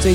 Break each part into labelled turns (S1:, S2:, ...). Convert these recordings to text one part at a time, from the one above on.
S1: 最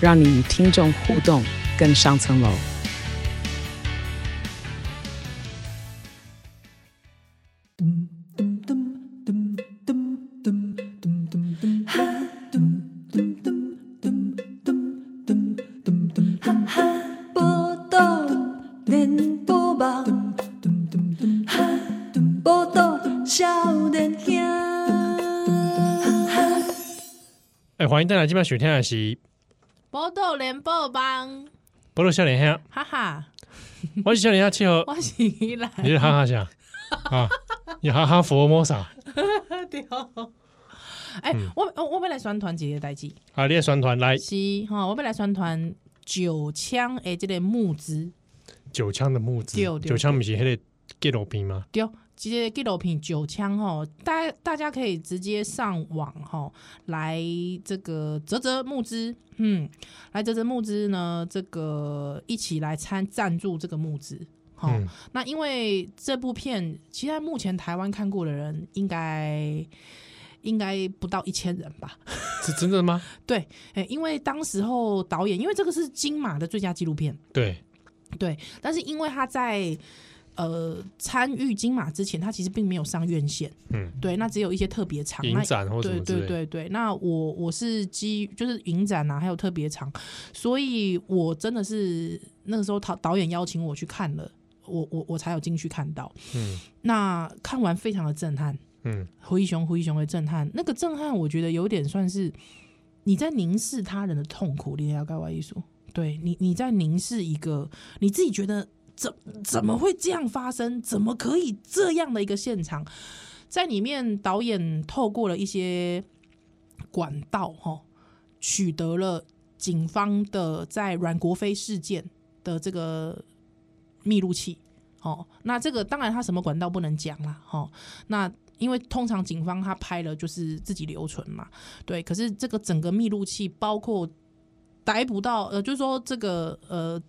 S1: 让你与听众互动更上层楼。
S2: 报道连波梦，报道少年兄。
S3: 哎、欢迎大家今晚收听的是《
S4: 报道联播帮，
S3: 波罗笑脸香
S4: 哈哈，》，
S3: 我是笑脸香七号，
S4: 我是依 兰，
S3: 你是哈哈香啊，你哈哈佛摩萨
S4: 对哦。哎、我我我要来宣传一个代志，
S3: 啊，你的宣传来
S4: 是吼，我要来宣传九枪的这个募资，
S3: 九枪的木子
S4: 对，对
S3: 九枪不是那个街头边吗？
S4: 对，这个纪录片九枪吼，大家大家可以直接上网吼来这个泽泽募资，嗯，来泽泽募资呢，这个一起来参赞助这个募资。好、
S3: 嗯
S4: 那因为这部片，其实目前台湾看过的人应该应该不到一千人吧？
S3: 是真的吗？
S4: 对，哎、因为当时候导演，因为这个是金马的最佳纪录片，
S3: 对，
S4: 对，但是因为他在呃参与金马之前，他其实并没有上院线，
S3: 嗯，
S4: 对，那只有一些特别场，
S3: 影
S4: 那
S3: 展或什
S4: 对
S3: 么之类
S4: 对
S3: 的，
S4: 对对，那我我是基于就是影展啊，还有特别场，所以我真的是那个时候导导演邀请我去看了，我我我才有进去看到，
S3: 嗯
S4: 那看完非常的震撼，
S3: 嗯，
S4: 胡一雄胡一雄的震撼，那个震撼我觉得有点算是你在凝视他人的痛苦，你也要盖外艺术，对你你在凝视一个你自己觉得怎怎么会这样发生，怎么可以这样的一个现场，在里面导演透过了一些管道哈、吼取得了警方的在阮国飞事件的这个密录器。哦，那这个当然他什么管道不能讲啦，哦，那因为通常警方他拍了就是自己留存嘛，对。可是这个整个密录器包括逮捕到呃，就是说这个呃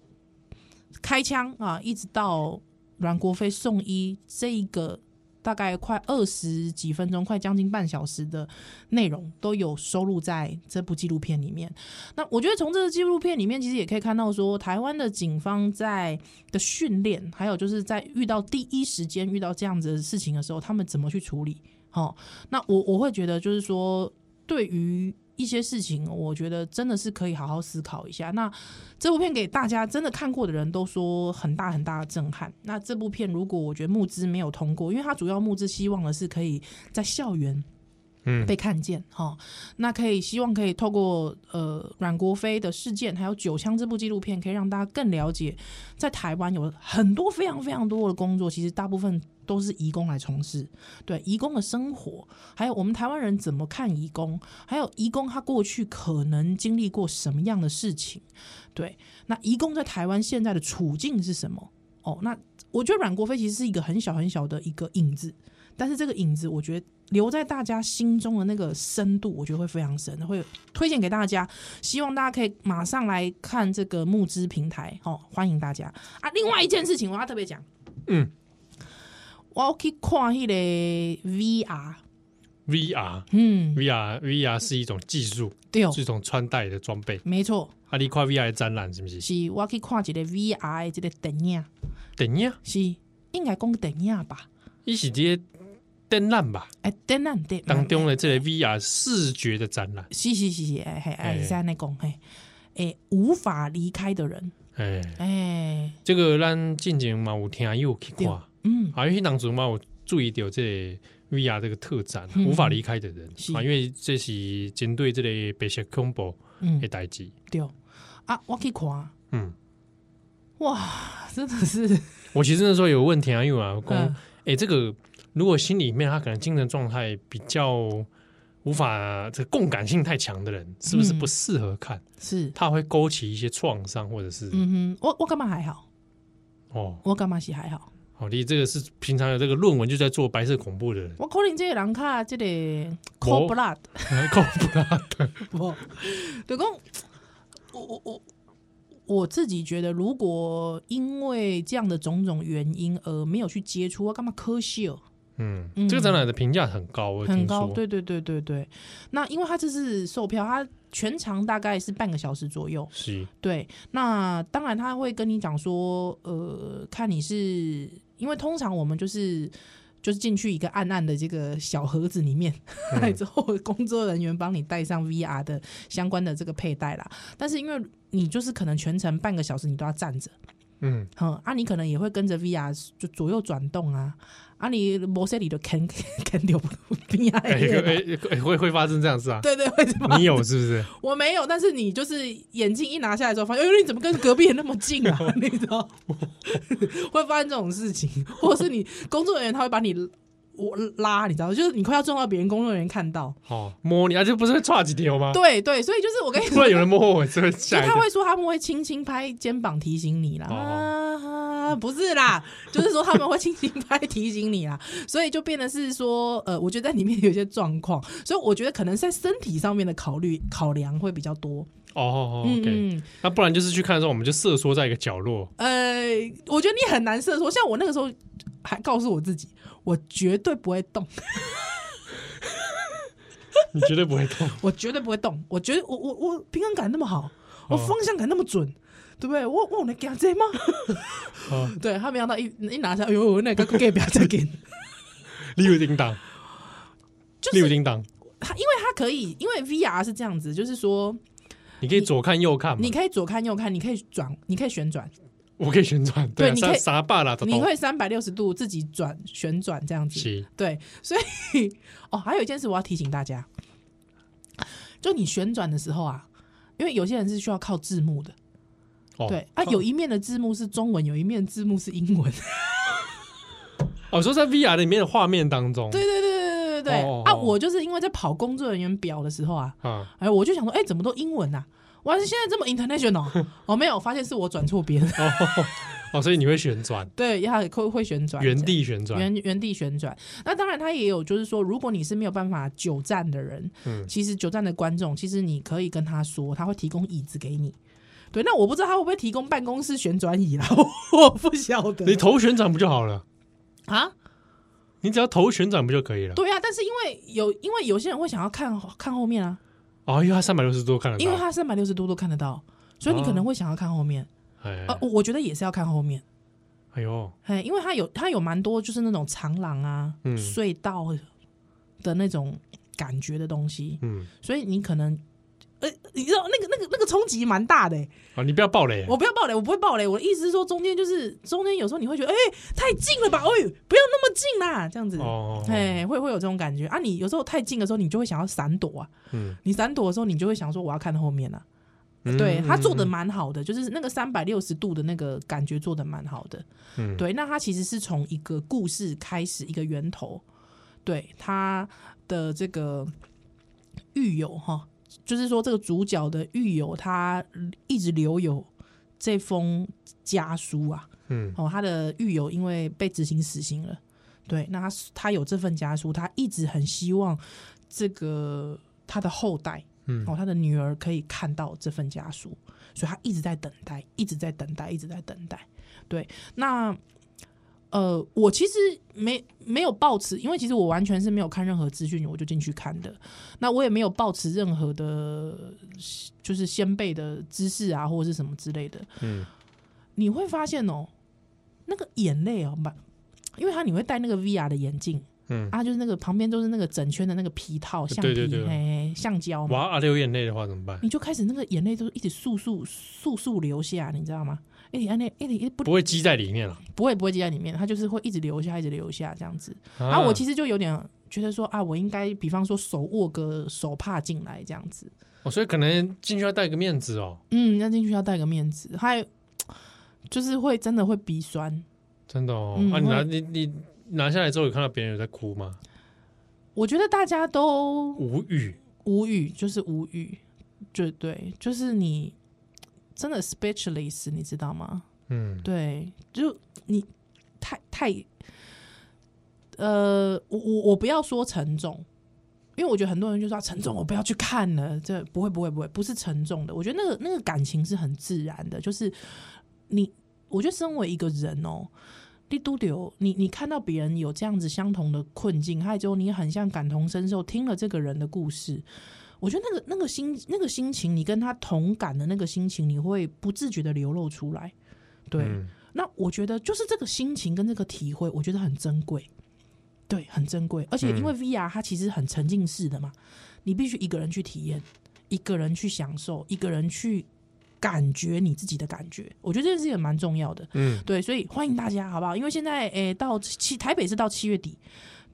S4: 开枪啊，一直到阮国飞送医这一个大概快二十几分钟，快将近半小时的内容都有收录在这部纪录片里面。那我觉得从这个纪录片里面，其实也可以看到说，台湾的警方在的训练，还有就是在遇到第一时间遇到这样子的事情的时候，他们怎么去处理？哦，那我我会觉得就是说，对于一些事情，我觉得真的是可以好好思考一下。那这部片给大家真的看过的人都说很大很大的震撼。那这部片如果我觉得募资没有通过，因为它主要募资希望的是可以在校园
S3: 嗯
S4: 被看见哈、哦那可以希望可以透过呃阮国飞的事件，还有《九枪》这部纪录片，可以让大家更了解，在台湾有很多非常非常多的工作，其实大部分都是移工来从事，对移工的生活，还有我们台湾人怎么看移工，还有移工他过去可能经历过什么样的事情，对，那移工在台湾现在的处境是什么？哦，那我觉得阮国飞其实是一个很小很小的一个影子，但是这个影子，我觉得留在大家心中的那个深度，我觉得会非常深，会推荐给大家。希望大家可以马上来看这个募资平台，哦，欢迎大家啊！另外一件事情，我要特别讲，
S3: 嗯，
S4: 我有去看那个 VR，
S3: ，VR
S4: 嗯，
S3: VR VR 是一种技术，
S4: 对哦
S3: 是，一种穿戴的装备。
S4: 没错，
S3: 啊，你看 VR 的展览是不是？
S4: 是我去看一个 VR 的这个电影，
S3: 等一下，
S4: 是应该讲电影吧？
S3: 一起这些展览吧，
S4: 哎，电影电
S3: 当中的
S4: 嗯
S3: 这个 VR 视觉的展览，
S4: 哎是是是是，哎哎
S3: 哎
S4: 哎，是安尼讲，嘿，哎，无法离开的人，
S3: 哎、
S4: 哎，
S3: 这个咱进前嘛有听有去看，
S4: 对
S3: 啊，
S4: 嗯，
S3: 因为当时嘛有注意到这个 VR 这个特展，
S4: 嗯
S3: 无法离开的人
S4: 是
S3: 啊，因为这是针对这个白色恐怖
S4: 嗯
S3: 的，代志。
S4: 对啊，我去看，
S3: 嗯，
S4: 哇，真的是，
S3: 我其实那时候有问田安 佑啊，公，哎、
S4: 嗯
S3: 这个如果心里面他可能精神状态比较无法这共感性太强的人，是不是
S4: 嗯
S3: 不适合看？
S4: 是，
S3: 他会勾起一些创伤，或者是、
S4: 嗯哼，我我干嘛还好，
S3: 哦，
S4: 我干嘛是还好，
S3: 好你这个是平常有这个论文就在做白色恐怖 的人，
S4: 我可能这个人卡这个 cold blood，
S3: 恐怖啊，
S4: 不，对讲，我我我我自己觉得，如果因为这样的种种原因而没有去接触，我干嘛可惜哦？
S3: 嗯
S4: 嗯，
S3: 这个展览的评价很高，我有
S4: 很
S3: 听
S4: 高，
S3: 说，
S4: 对对对对对。那因为它这是售票，它全长大概是半个小时左右。
S3: 是，
S4: 对，那当然他会跟你讲说，呃，看你是因为通常我们就是。就是进去一个暗暗的这个小盒子里面，
S3: 嗯
S4: 之后工作人员帮你带上 VR 的相关的这个佩戴啦。但是因为你就是可能全程半个小时你都要站着，
S3: 嗯，
S4: 哼、啊，你可能也会跟着 VR 就左右转动啊，啊，你摩西里都 啃啃掉 不边啊，
S3: 哎、哎哎会会发生这样子啊？
S4: 对对，会怎么
S3: 你有是不 是？
S4: 我没有，但是你就是眼镜一拿下来之后，发现，哎呦，你怎么跟隔壁人那么近啊？ 你知道，会发生这种事情，或者是你工作人员他会把你我拉，你知道，就是你快要撞到别人，工作人员看到，
S3: 哦，摸你啊，这不是会岔几条吗？
S4: 对对，所以就是我跟你
S3: 啊突
S4: 说
S3: 然，有人摸我，我是会吓一
S4: 他
S3: 跳。
S4: 会说他们会轻轻拍肩膀提醒你啦，
S3: 哦
S4: 啊，不是啦，就是说他们会轻轻拍提醒你啦，所以就变得是说，呃，我觉得在里面有一些状况，所以我觉得可能在身体上面的考虑考量会比较多，
S3: 哦哦哦，OK，
S4: 嗯。
S3: 那不然就是去看的时候，我们就瑟缩在一个角落，
S4: 呃，我觉得你很难射说，像我那个时候还告诉我自己，我绝对不会动，
S3: 你绝对不会动。
S4: 我绝对不会动，我觉得我我我平衡感那么好，我
S3: 哦
S4: 方向感那么准，对不对？我我能讲这吗？
S3: 哦，
S4: 对他没想到一一拿下，哎呦，那个 gay 不要再给，
S3: 六叮当，
S4: 就是
S3: 六叮当，
S4: 他，因为他可以，因为 VR 是这样子，就是说
S3: 你可以左看右看嘛，
S4: 你可以左看右看，你可以转，你可以旋转，
S3: 我可以旋转，
S4: 对
S3: 啊
S4: 你可以
S3: 傻傻爸啦，
S4: 你会三百六十度自己转旋转这样子，
S3: 是
S4: 对， 所以哦，还有一件事我要提醒大家，就你旋转的时候啊，因为有些人是需要靠字幕的，
S3: 哦
S4: 对啊，有一面的字幕是中文，有一面字幕是英 文，
S3: 哦，说在 VR 里面的画面当中，
S4: 对对对对对对对
S3: 哦哦
S4: 啊！
S3: 哦
S4: 我就是因为在跑工作人员表的时候啊，
S3: 啊，
S4: 哎，我就想说，哎，怎么都英文啊？哇，现在这么 international，哦，没有，我发现是我转错边了，
S3: 哦哦，所以你会旋转，
S4: 对，它会会旋转，
S3: 原地旋转，
S4: 原原地旋转。那当然，它也有，就是说，如果你是没有办法久站的人，
S3: 嗯
S4: 其实久站的观众，其实你可以跟他说，他会提供椅子给你。对，那我不知道他会不会提供办公室旋转椅啦， 我我不晓得。
S3: 你嗯头旋转不就好了？
S4: 啊？
S3: 你只要头旋转不就可以了？
S4: 对啊，但是因为有，因为有些人会想要看看后面啊，
S3: 哦，因为它三百六十度看得到，
S4: 因为他三百六十度都看得到，所以你可
S3: 哦
S4: 能会想要看后面。
S3: 哎
S4: 呃，我我觉得也是要看后面。
S3: 哎呦，
S4: 哎，因为它有它有蛮多就是那种长廊啊、
S3: 嗯
S4: 隧道的那种感觉的东西，
S3: 嗯，
S4: 所以你可能，呃，你知道那个那个那个冲击蛮大的、欸。
S3: 啊，你不要暴雷，
S4: 我不要暴雷，我不会暴雷。我的意思是说，中间就是中间有时候你会觉得，哎、太近了吧，哎，不要那么近啦，这样子。
S3: 哦，
S4: 哎、会会有这种感觉啊！你有时候太近的时候，你就会想要闪躲啊。
S3: 嗯，
S4: 你闪躲的时候，你就会想说我要看后面啊。
S3: 嗯
S4: 对他做的，
S3: 嗯
S4: 蛮好的，就是那个三百六十度的那个感觉做的蛮好的。
S3: 嗯，
S4: 对，那它其实是从一个故事开始，一个源头，对它的这个狱友哈，就是说这个主角的狱友，他一直留有这封家书啊，
S3: 嗯
S4: 哦，他的狱友因为被执行死刑了，对，那他他有这份家书，他一直很希望这个他的后代，
S3: 嗯
S4: 哦，他的女儿可以看到这份家书，所以他一直在等待，一直在等待，一直在等待。对，那呃，我其实没没有抱持，因为其实我完全是没有看任何资讯，我就进去看的。那我也没有抱持任何的，就是先辈的知识啊，或者是什么之类的。
S3: 嗯，
S4: 你会发现哦，那个眼泪哦，蛮，因为他你会戴那个 VR 的眼镜，
S3: 嗯
S4: 啊，就是那个旁边都是那个整圈的那个皮套，橡皮，
S3: 对对对
S4: 嘿橡胶嘛，
S3: 哇啊，流眼泪的话怎么办？
S4: 哦你就开始那个眼泪都一直簌簌簌簌流下，你知道吗？一点眼泪，一点不
S3: 不会积在里面了。
S4: 不会不会积在里面，它就是会一直流下，一直流下这样子。
S3: 啊
S4: 啊，我其实就有点觉得说啊，我应该比方说手握个手帕进来这样子，
S3: 哦，所以可能进去要带个面子哦，
S4: 嗯，要进去要戴个面子，还就是会真的会鼻酸。
S3: 真的哦。
S4: 嗯
S3: 啊，你拿
S4: 会
S3: 你你拿下来之后，有看到别人有在哭吗？
S4: 我觉得大家都
S3: 无语，
S4: 无语，就是无语，就对，就是你真的 speechless，你知道吗？
S3: 嗯，
S4: 对，就你太太，呃，我我我不要说沉重，因为我觉得很多人就说啊沉重，我不要去看了，这不会不会不会，不是沉重的。我觉得那个那个感情是很自然的，就是你，我觉得身为一个人哦、你都丢你，你看到别人有这样子相同的困境，还有之后你很像感同身受，听了这个人的故事，我觉得那个那个心那个心情，你跟他同感的那个心情，你会不自觉的流露出来。对，
S3: 嗯
S4: 那我觉得就是这个心情跟这个体会，我觉得很珍贵，对，很珍贵。而且因为 VR 它其实很沉浸式的嘛，你必须一个人去体验，一个人去享受，一个人去感觉你自己的感觉。我觉得这件事情也蛮重要的。
S3: 嗯，
S4: 对，所以欢迎大家，好不好？因为现在诶、到七台北是到七月底，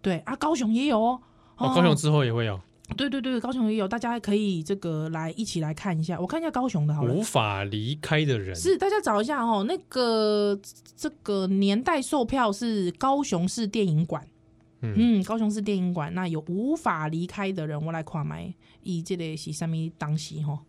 S4: 对啊，高雄也有哦。
S3: 哦，高雄之后也会有
S4: 对对对，高雄也有，大家可以这个来一起来看一下。我看一下高雄的好了
S3: 无，法离开的人，
S4: 是大家找一下哦，那个这个年代售票是高雄市电影馆，
S3: 嗯，
S4: 嗯，高雄市电影馆那有无法离开的人，我来看麦，以这个是什么当时哈？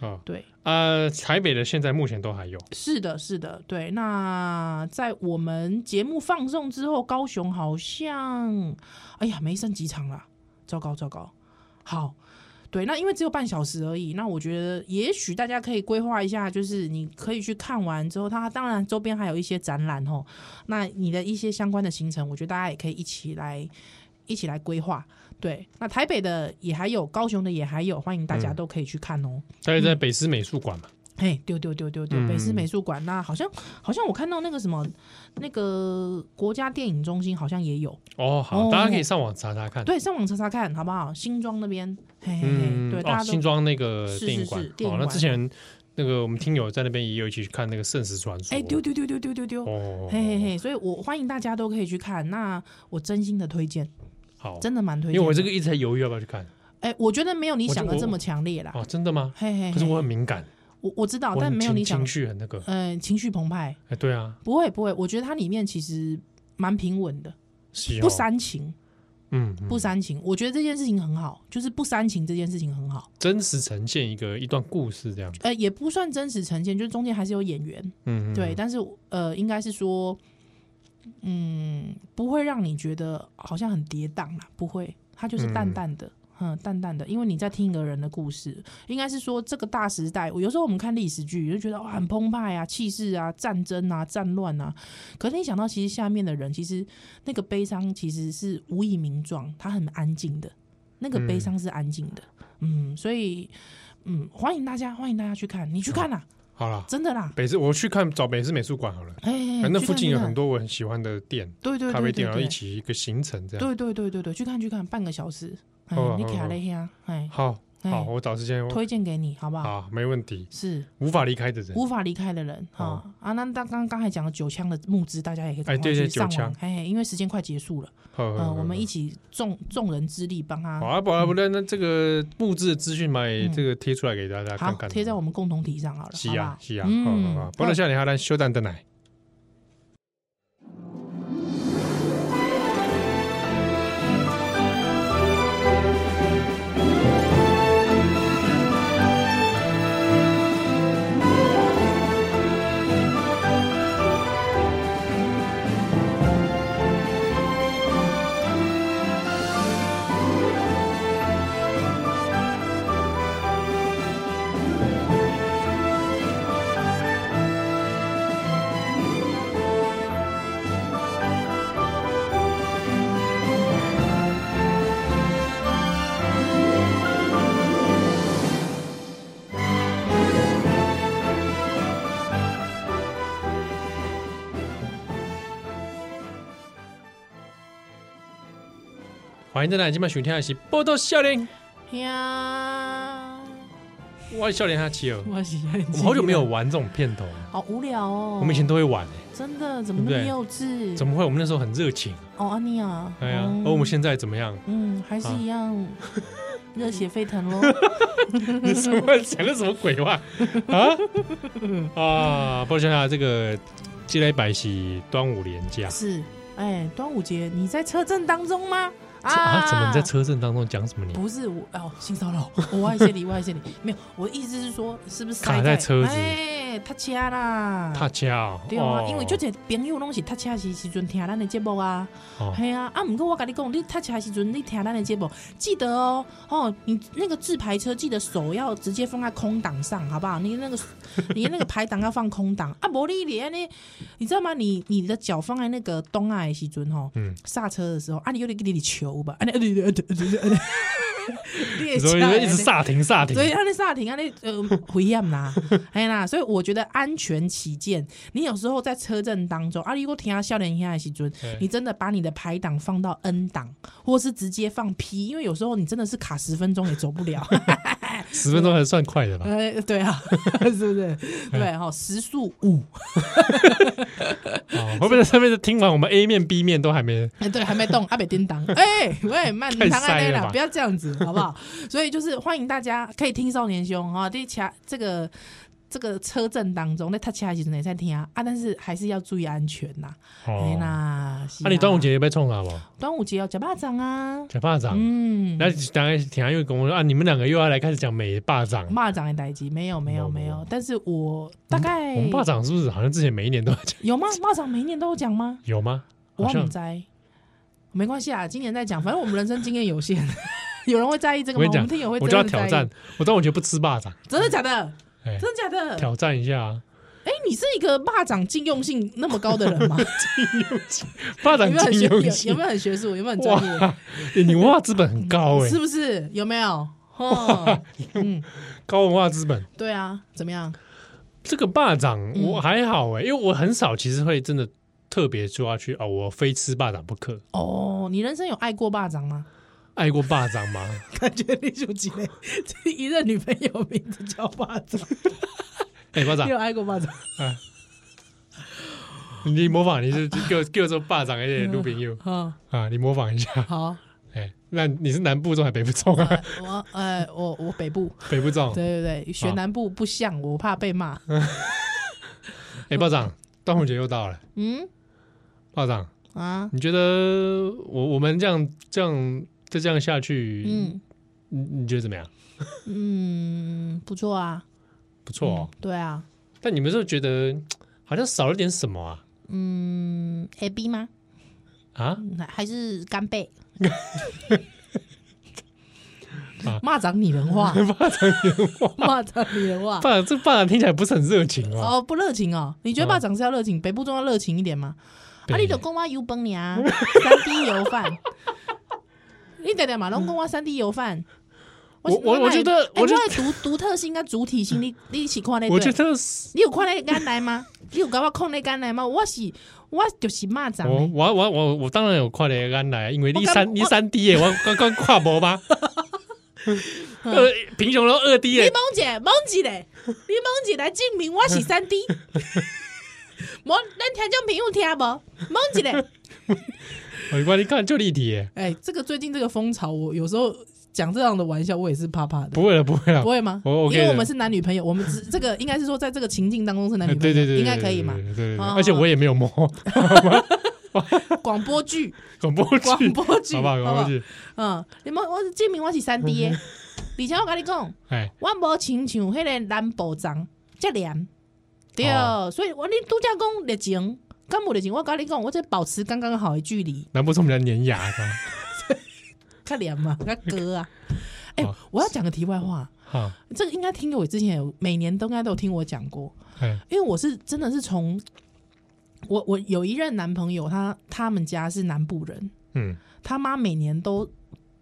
S3: 哦，
S4: 对，
S3: 啊，台北的现在目前都还有，
S4: 是的，是的，对。那在我们节目放送之后，高雄好像，哎呀，没剩几场了，糟糕，糟糕。好，对，那因为只有半小时而已，那我觉得也许大家可以规划一下，就是你可以去看完之后，它当然周边还有一些展览哦。 那你的一些相关的行程，我觉得大家也可以一起来。一起来规划，对，那台北的也还有，高雄的也还有，欢迎大家
S3: 嗯
S4: 都可以去看哦。
S3: 大概在北师美术馆嘛，
S4: 嘿，对对对对对，
S3: 嗯
S4: 北师美术馆那好像好像我看到那个什么那个国家电影中心好像也有，
S3: 哦，
S4: 哦
S3: 好，大家可以上网查查看，
S4: 对，上网查查看好不好？新庄那边，嘿嘿嘿，
S3: 嗯，
S4: 对，
S3: 哦
S4: 大，家
S3: 新
S4: 都
S3: 庄那个
S4: 是
S3: 电影
S4: 是
S3: 馆
S4: 是，电
S3: 哦
S4: 影，
S3: 那
S4: 馆
S3: 之前那个我们听友在那边也有一起去看那个《圣石传说
S4: 哎，》，丢丢丢丢丢丢丢，
S3: 哦，
S4: 嘿嘿嘿，所以我欢迎大家都可以去看，那我真心的推荐，
S3: 好，
S4: 真的蛮
S3: 哦
S4: 推
S3: 因
S4: 荐的，
S3: 为我这个一直在犹豫要不要去看，
S4: 哎，我觉得没有你
S3: 我就
S4: 想的
S3: 我
S4: 这么强烈啦，
S3: 哦，真的吗？
S4: 嘿啊嘿，
S3: 可是
S4: 嘿
S3: 我很敏感，
S4: 我我知道，
S3: 我
S4: 但
S3: 很
S4: 没有
S3: 情
S4: 你想
S3: 情，绪很那个，
S4: 嗯，情绪澎湃，
S3: 哎，对啊，
S4: 不会不会，我觉得它里面其实蛮平稳的，
S3: 是
S4: 不
S3: 哦，
S4: 煽情。
S3: 嗯，
S4: 不
S3: 不
S4: 煽情，我觉得这件事情很好，就是不煽情这件事情很好。
S3: 真实呈现一个一段故事这样，
S4: 呃，也不算真实呈现，就是中间还是有演员，
S3: 嗯，嗯
S4: 对，
S3: 嗯
S4: 但是呃，应该是说，嗯，不会让你觉得好像很跌宕啦，不会，它就是淡淡的。嗯淡淡的，因为你在听一个人的故事，应该是说这个大时代，我有时候我们看历史剧就觉得哇很澎湃啊、气势啊、战争啊、战乱啊，可是你想到其实下面的人，其实那个悲伤其实是无以名状，他很安静的，那个悲伤是安静的，嗯所以嗯，欢迎大家，欢迎大家去看，你去看啦、
S3: 好啦，
S4: 真的啦，
S3: 北市我去看找北市美术馆好了，
S4: 哎、
S3: 反正
S4: 去
S3: 附
S4: 看
S3: 近
S4: 去
S3: 有
S4: 看
S3: 很多我很喜欢的店，
S4: 对对对
S3: 咖啡店，
S4: 对
S3: 然后
S4: 对
S3: 一起一个行程这样。
S4: 对对对对对，去看去看，半个小时，哎
S3: 好啊，
S4: 你
S3: 好啊
S4: 卡了一下，哎，
S3: 好，
S4: 哎
S3: 好，我找时间我
S4: 推荐给你，好不好？
S3: 好，没问题。
S4: 是
S3: 无法离开的人，
S4: 无法离开的人哈啊，那刚刚刚才讲的九枪的募资，大家也可以赶
S3: 哦哎
S4: 快
S3: 对
S4: 去
S3: 对
S4: 上
S3: 九
S4: 网
S3: 枪，
S4: 哎，因为时间快结束了，
S3: 好，
S4: 嗯，
S3: 好
S4: 我们一
S3: 起。
S4: 起嗯众众人之力帮
S3: 哦好
S4: 他，
S3: 啊，不啊不，那那这个布置的资讯嘛，也这个贴出来给大家看
S4: 好
S3: 看。
S4: 嗯贴在我们共同体上好了，
S3: 是
S4: 好不
S3: 啊
S4: 好？
S3: 是啊，好
S4: 嗯
S3: 好好，不然下你还来修蛋的奶。欢迎蛋奶，今晚收听的是《波多笑脸》，
S4: 哎呀，
S3: 我是笑脸哈奇尔。
S4: 我喜
S3: 我
S4: 我
S3: 们好久没有，玩这种片头了，
S4: 好无聊哦，
S3: 我们以前都会玩欸，
S4: 真的怎
S3: 对不
S4: 么那么
S3: 对
S4: 幼稚？
S3: 怎么会？我们那时候很热情，
S4: 哦，安妮啊，
S3: 哎呀
S4: 哦，
S3: 而我们现在怎么 样？
S4: 嗯还是
S3: 啊
S4: 一样热血沸 腾喽。
S3: 你什么讲的什么鬼话啊啊！不知道这个这礼拜是端午连假，
S4: 是，哎，端午节你在车震当中吗？
S3: 啊， 怎么你在车震当中讲什么你？
S4: 不是我哦，性骚扰，我外线里外线里没有，我的意思是说，是不是塞
S3: 卡在车子
S4: 哎，他掐啦，
S3: 踏车哦，
S4: 对啊，
S3: 哦
S4: 因为就这朋友拢是搭车时时阵听咱的节目啊，
S3: 哦
S4: 系啊，啊，毋过我跟你讲，你搭车时阵你听咱的节目，记得哦，哦，你那个自排车记得手要直接放在空档上，好不好？你那个你那个排档要放空档啊，无你连呢，你知道吗？你你的脚放在那个东岸的时阵吼，
S3: 嗯
S4: 刹车的时候啊，你有点给你球吧，啊，你你你你 你
S3: 所以就一直刹停刹停
S4: 所，以安尼刹停，安尼呃危险啦，哎啦，所以我觉得安全起见，你有时候在车阵当中，啊，你如果听到笑脸下的时阵
S3: 对，
S4: 你真的把你的排档放到 N 档，或是直接放 P，因为有时候你真的是卡十分钟也走不 了。
S3: 十分钟还算快的吧？
S4: 哎，对啊， 是不是？
S3: 哎
S4: 对哈、哦，时速五，呃
S3: 哦，会不会在上面就听完我们 A 面 B 面都还没？
S4: 哎，对，还没动，阿北叮当，哎、 喂，慢，
S3: 太
S4: 唐安
S3: 塞
S4: 内
S3: 了
S4: 了，
S3: 吧
S4: 不要这样子，好不好？所以就是欢迎大家可以听少年兄哈，这卡这个这个车阵当中，那他其他其实也在听啊，啊，但是还是要注意安全呐、哎、
S3: 哦，那、
S4: 啦，是啊
S3: 你端午节有被冲了不？
S4: 端午节要假巴掌啊，
S3: 讲霸掌，
S4: 嗯，
S3: 那大概听又跟我说啊，你们两个又要来开始讲美霸掌。
S4: 蚂蚱的代际没有没有没有，但是我大概
S3: 我们霸掌是不是好像之前每一年都要讲？
S4: 有吗？蚂蚱每一年都有讲吗？
S3: 有吗？
S4: 我
S3: 好像
S4: 忘摘，没关系啊，今年再讲，反正我们人生经验有限， 有人会在意这个
S3: 我
S4: 吗
S3: 跟？你
S4: 我
S3: 讲
S4: 们听友会，
S3: 我
S4: 真
S3: 就要
S4: 的在
S3: 挑
S4: 呃意
S3: 战，我端午节不吃霸掌，
S4: 真的假的？
S3: 哎、
S4: 真的假的？
S3: 挑战一下、啊。
S4: 哎、你是一个霸掌禁用性那么高的人 吗？
S3: 霸
S4: 有
S3: 掌
S4: 没有很
S3: 金
S4: 学
S3: 游
S4: 有
S3: 戏
S4: 有没有很学术？有没有很专业？
S3: 哇，欸 你文化资本很高哎、
S4: 嗯是不是？有没 有？哦，嗯，
S3: 高文化资本。
S4: 对啊，怎么样？
S3: 这个霸掌
S4: 嗯
S3: 我还好哎、因为我很少其实会真的特别说要去啊、我非吃霸掌不可。
S4: 哦，你人生有爱过霸掌吗？
S3: 爱过霸掌吗？
S4: 感觉你属鸡嘞，这 一任女朋友名字叫霸掌，
S3: 哎、霸掌
S4: 你有，爱过霸掌？
S3: 你模仿你是 给我给我做霸掌，而且录屏友
S4: 嗯，
S3: 啊，你模仿一下。
S4: 好，
S3: 哎、那你是南部中还是北部中啊？
S4: 我呃，我我北部，
S3: 北部中。
S4: 对对对，学
S3: 好
S4: 南部不像，我怕被骂。
S3: 哎、霸掌，端午节又到了，
S4: 嗯
S3: 霸掌，
S4: 啊，
S3: 你觉得我我们这样这样再这样下去，
S4: 嗯
S3: 你你觉得怎么样？
S4: 嗯，不错啊，
S3: 不错哦。
S4: 嗯对啊，
S3: 但你们是不是觉得好像少了点什么啊？
S4: 嗯，A B 吗？
S3: 啊，
S4: 嗯还是干贝
S3: 啊？
S4: 蚂蚱拟人 化，蚂 蚱拟人化，蚂蚱拟人化。
S3: 霸掌这霸掌听起来不是很热情哦。
S4: 哦，不热情哦？你觉得蚂蚱是要热情，北部中要热情一点吗？啊，
S3: 对
S4: 你就讲我油崩你啊，三 D 油 饭。你等等嘛，拢讲我三 D 油饭。
S3: 我我我觉得
S4: 哎
S3: 我觉得
S4: 的独独特性跟主体性，你你一起看那
S3: 我
S4: 对
S3: 觉得是
S4: 你有看那干来吗？你有搞我看那干来吗？我是我就是蚂蚱欸
S3: 我
S4: 的。
S3: 我我我我当然有快乐安啊来，因为你
S4: 我
S3: 三
S4: 刚
S3: 你三 D 耶，我刚刚跨博 吧，二贫穷都二 D
S4: 你
S3: 耶，
S4: 蒙一个，蒙一个，你蒙一个来证明我是 三 D。无，咱听众朋友听无？蒙一个。
S3: 我管你看就立体耶，
S4: 哎、这个最近这个风潮，我有时候讲这样的玩笑，我也是怕怕的。
S3: 不会了不会了
S4: 不，会吗？
S3: 我 OK 的
S4: 因为我们是男女朋友，我们 只这个应该是说，在这个情境当中是男女
S3: 对
S4: 朋
S3: 对
S4: 友，
S3: 对对，
S4: 应该可以嘛
S3: 对？对对对，
S4: 哦
S3: 而且我也没有摸
S4: 广 播剧，
S3: 广播剧，
S4: 广播剧，
S3: 好不好？
S4: 不
S3: 广播剧，嗯
S4: 嗯，你们我证明我是三 D 的，而且我跟你讲，
S3: 哎，
S4: 我无亲像迄个南部人遮黏，对，
S3: 哦
S4: 所以我你拄则讲热情，敢无热情？我跟你讲，我这保持刚刚好的距离，
S3: 南部是我们的粘牙是吧
S4: 较黏嘛，较哥啊。哎、
S3: 好
S4: 我要讲个题外话，
S3: 哈，
S4: 这个应该听友之前有每年都应该都有听我讲过，
S3: 哎，
S4: 因为我是真的是从我我有一任男朋友，他他们家是南部人，
S3: 嗯
S4: 他妈每年都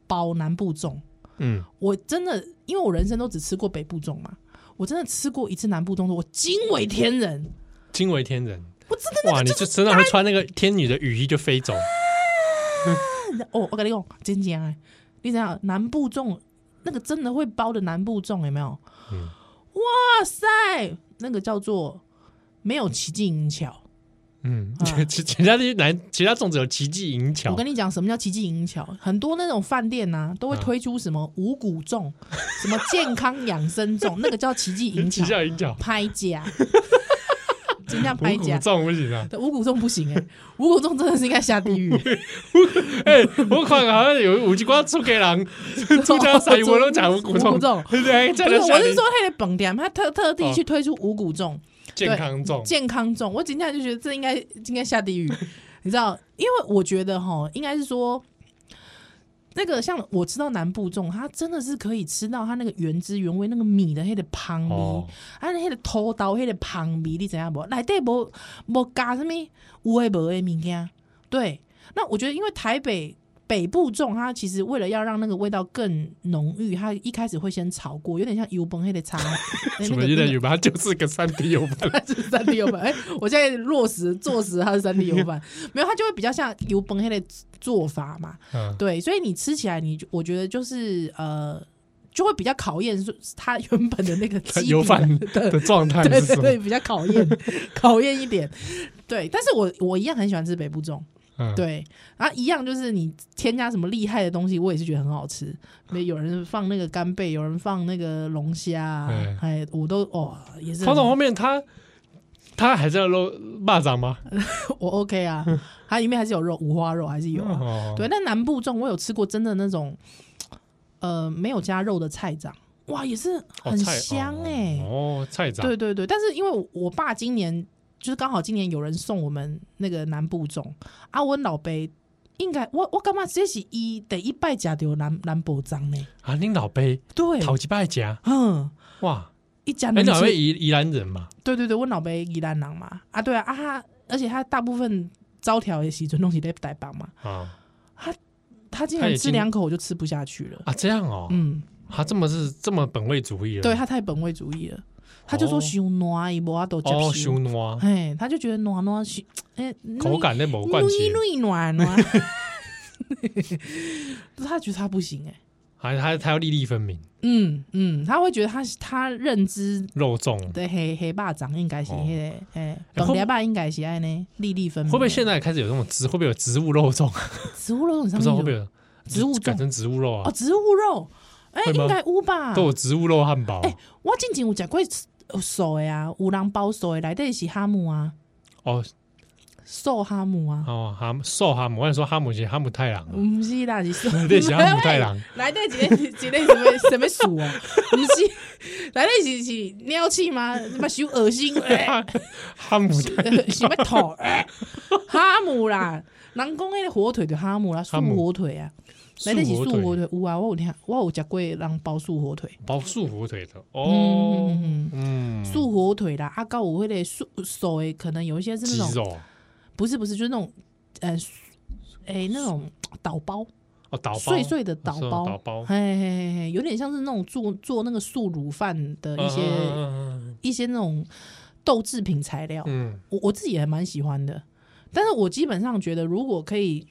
S4: 包南部粽。
S3: 嗯，
S4: 我真的因为我人生都只吃过北部粽嘛，我真的吃过一次南部粽，我惊为天人，
S3: 惊为天人，
S4: 我真的
S3: 哇，你就身上会穿那个天女的雨衣就飞走，
S4: 哦，我跟你讲，真正哎，你知道南部粽那个真的会包的南部粽有没有？
S3: 嗯
S4: 哇塞，那个叫做没有奇技淫巧。
S3: 嗯
S4: 啊，
S3: 其其他的南其他粽子有奇技淫巧
S4: 我，跟你讲，什么叫奇技淫巧？很多那种饭店呐、都会推出什么
S3: 嗯
S4: 五谷粽、 什 么健康养生粽，那个叫奇技淫
S3: 奇
S4: 巧，
S3: 效淫巧，
S4: 拍假。尽量拍
S3: 五谷
S4: 假。
S3: 粽不行啊！
S4: 对五谷粽不行哎、五谷粽真的是应该下 地狱、欸。
S3: 哎、我看好像有有一寡出家 人，出家师傅都讲五谷
S4: 五谷
S3: 粽
S4: 粽，
S3: 对不对？
S4: 不
S3: 这
S4: 是，
S3: 样
S4: 我
S3: 讲
S4: 是说他的本店，他特特
S3: 哦
S4: 地去推出五谷粽、
S3: 健康粽，
S4: 健康粽，我今天就觉得这应该应该下地狱，你知道？因为我觉得哈，应该是说。那个像我知道南部粽，它真的是可以吃到它那个原汁原味那个米的那个旁米，
S3: 哦
S4: 啊，迄个土豆，迄个芳味，你知影无？内底无无加什物有诶无诶物件。对，那我觉得因为台北北部种，它其实为了要让那个味道更浓郁，它一开始会先炒过，有点像油崩黑的茶。那
S3: 什
S4: 那
S3: 么
S4: 个
S3: 意思？
S4: 那
S3: 有
S4: 个
S3: 吧？它就是个三 D 油饭，
S4: 它是三 D 油饭，哎、我现在落实坐实它是三 D 油饭，没有它就会比较像油崩黑的做法嘛。
S3: 嗯，
S4: 对，所以你吃起来你，我觉得就是呃，就会比较考验说它原本的那个基
S3: 油
S4: 底
S3: 饭
S4: 的
S3: 的状态
S4: 对
S3: 是
S4: 对
S3: 什么
S4: 对，？比较考验 考验一点。对，但是我我一样很喜欢吃北部粽，
S3: 嗯，
S4: 对，然后一样就是你添加什么厉害的东西，我也是觉得很好吃。没有人放那个干贝，有人放那个龙虾啊，哎，我都哦也是很，
S3: 放到后面它它还是要肉蚂蚱吗？
S4: 我 OK 啊，
S3: 嗯
S4: 它里面还是有肉，五花肉还是有啊。
S3: 哦
S4: 对，但南部粽我有吃过真的那种，呃，没有加肉的菜长，哇，也是
S3: 哦
S4: 很
S3: 菜
S4: 香哎、
S3: 哦，菜长
S4: 对对对，但是因为我我爸今年就是刚好今年有人送我们那个南部粽，啊，阮老爸应该我我感觉这是伊第一摆食到南南部粽呢？
S3: 啊，恁老辈
S4: 对
S3: 头几哎拜夹
S4: 嗯，
S3: 哇，
S4: 一家
S3: 恁
S4: 能
S3: 老辈
S4: 吃，
S3: 宜宜兰人嘛，
S4: 对对对，阮老爸宜兰人嘛，啊对啊啊他，而且他大部分招条的时阵拢是在台北嘛，
S3: 啊
S4: 他竟
S3: 他
S4: 然
S3: 已
S4: 吃
S3: 经
S4: 两口我就吃不下去了，
S3: 啊这样哦，
S4: 嗯，
S3: 他这么是这么本位主义了，
S4: 对他太本位主义了，他就
S3: 哦
S4: 说熊暖伊无法都接
S3: 哦，
S4: 受
S3: 修，糯
S4: 哎，他就觉得暖暖是，哎，
S3: 口感那某关系，
S4: 软软软， 他觉得他不行哎、
S3: 还还他要粒粒分明，
S4: 嗯嗯，他会觉得他他认知
S3: 肉粽
S4: 的黑黑霸掌应该是
S3: 哦
S4: 黑个哎，
S3: 会不
S4: 本来霸应该是爱呢，粒粒分明
S3: 会
S4: 的。
S3: 不会现在开始有这种植会不会有植物肉粽？
S4: 植物肉？
S3: 不
S4: 你上
S3: 知道
S4: 面
S3: 会不会
S4: 有
S3: 有
S4: 植物粽
S3: 改成植物肉
S4: 哦，
S3: 啊？
S4: 植物肉，哎、
S3: 会吗
S4: 应该有吧？
S3: 都有植物肉汉堡
S4: 哎我之前有食过有熟的啊，有人包熟的，内底是哈姆啊，
S3: 哦
S4: 瘦哈姆啊，
S3: 哦，哈姆瘦哈姆，我跟你说哈姆是哈姆太郎啊，
S4: 不是啦，是瘦。
S3: 内底是哈姆太 郎，
S4: 来那几类几类什么什么鼠 哦？不是，来那是是尿气吗？他妈羞 恶心，呃
S3: 哈姆太
S4: 什么头？呃 哈姆啦，人讲那个火腿就哈姆啦，素
S3: 哈姆
S4: 火腿啊，来那是素
S3: 素
S4: 火
S3: 火腿
S4: 腿有啊，我有听，我有食过人包素火腿，
S3: 包素火腿的哦，
S4: 嗯，
S3: 嗯，
S4: 素火腿啦，啊，高有迄个素素的，可能有一些是
S3: 鸡
S4: 那种，
S3: 肉
S4: 不是不是，就是那种，呃，哎，那种导包。
S3: 哦，导包
S4: 碎碎的
S3: 哦
S4: 导
S3: 是哦
S4: 包，
S3: 导包
S4: 嘿嘿嘿嘿，有点像是那种做做那个素乳饭的一些、
S3: 嗯
S4: 一些那种豆制品材料，
S3: 嗯
S4: 我我自己也蛮喜欢的。但是我基本上觉得，如果可以，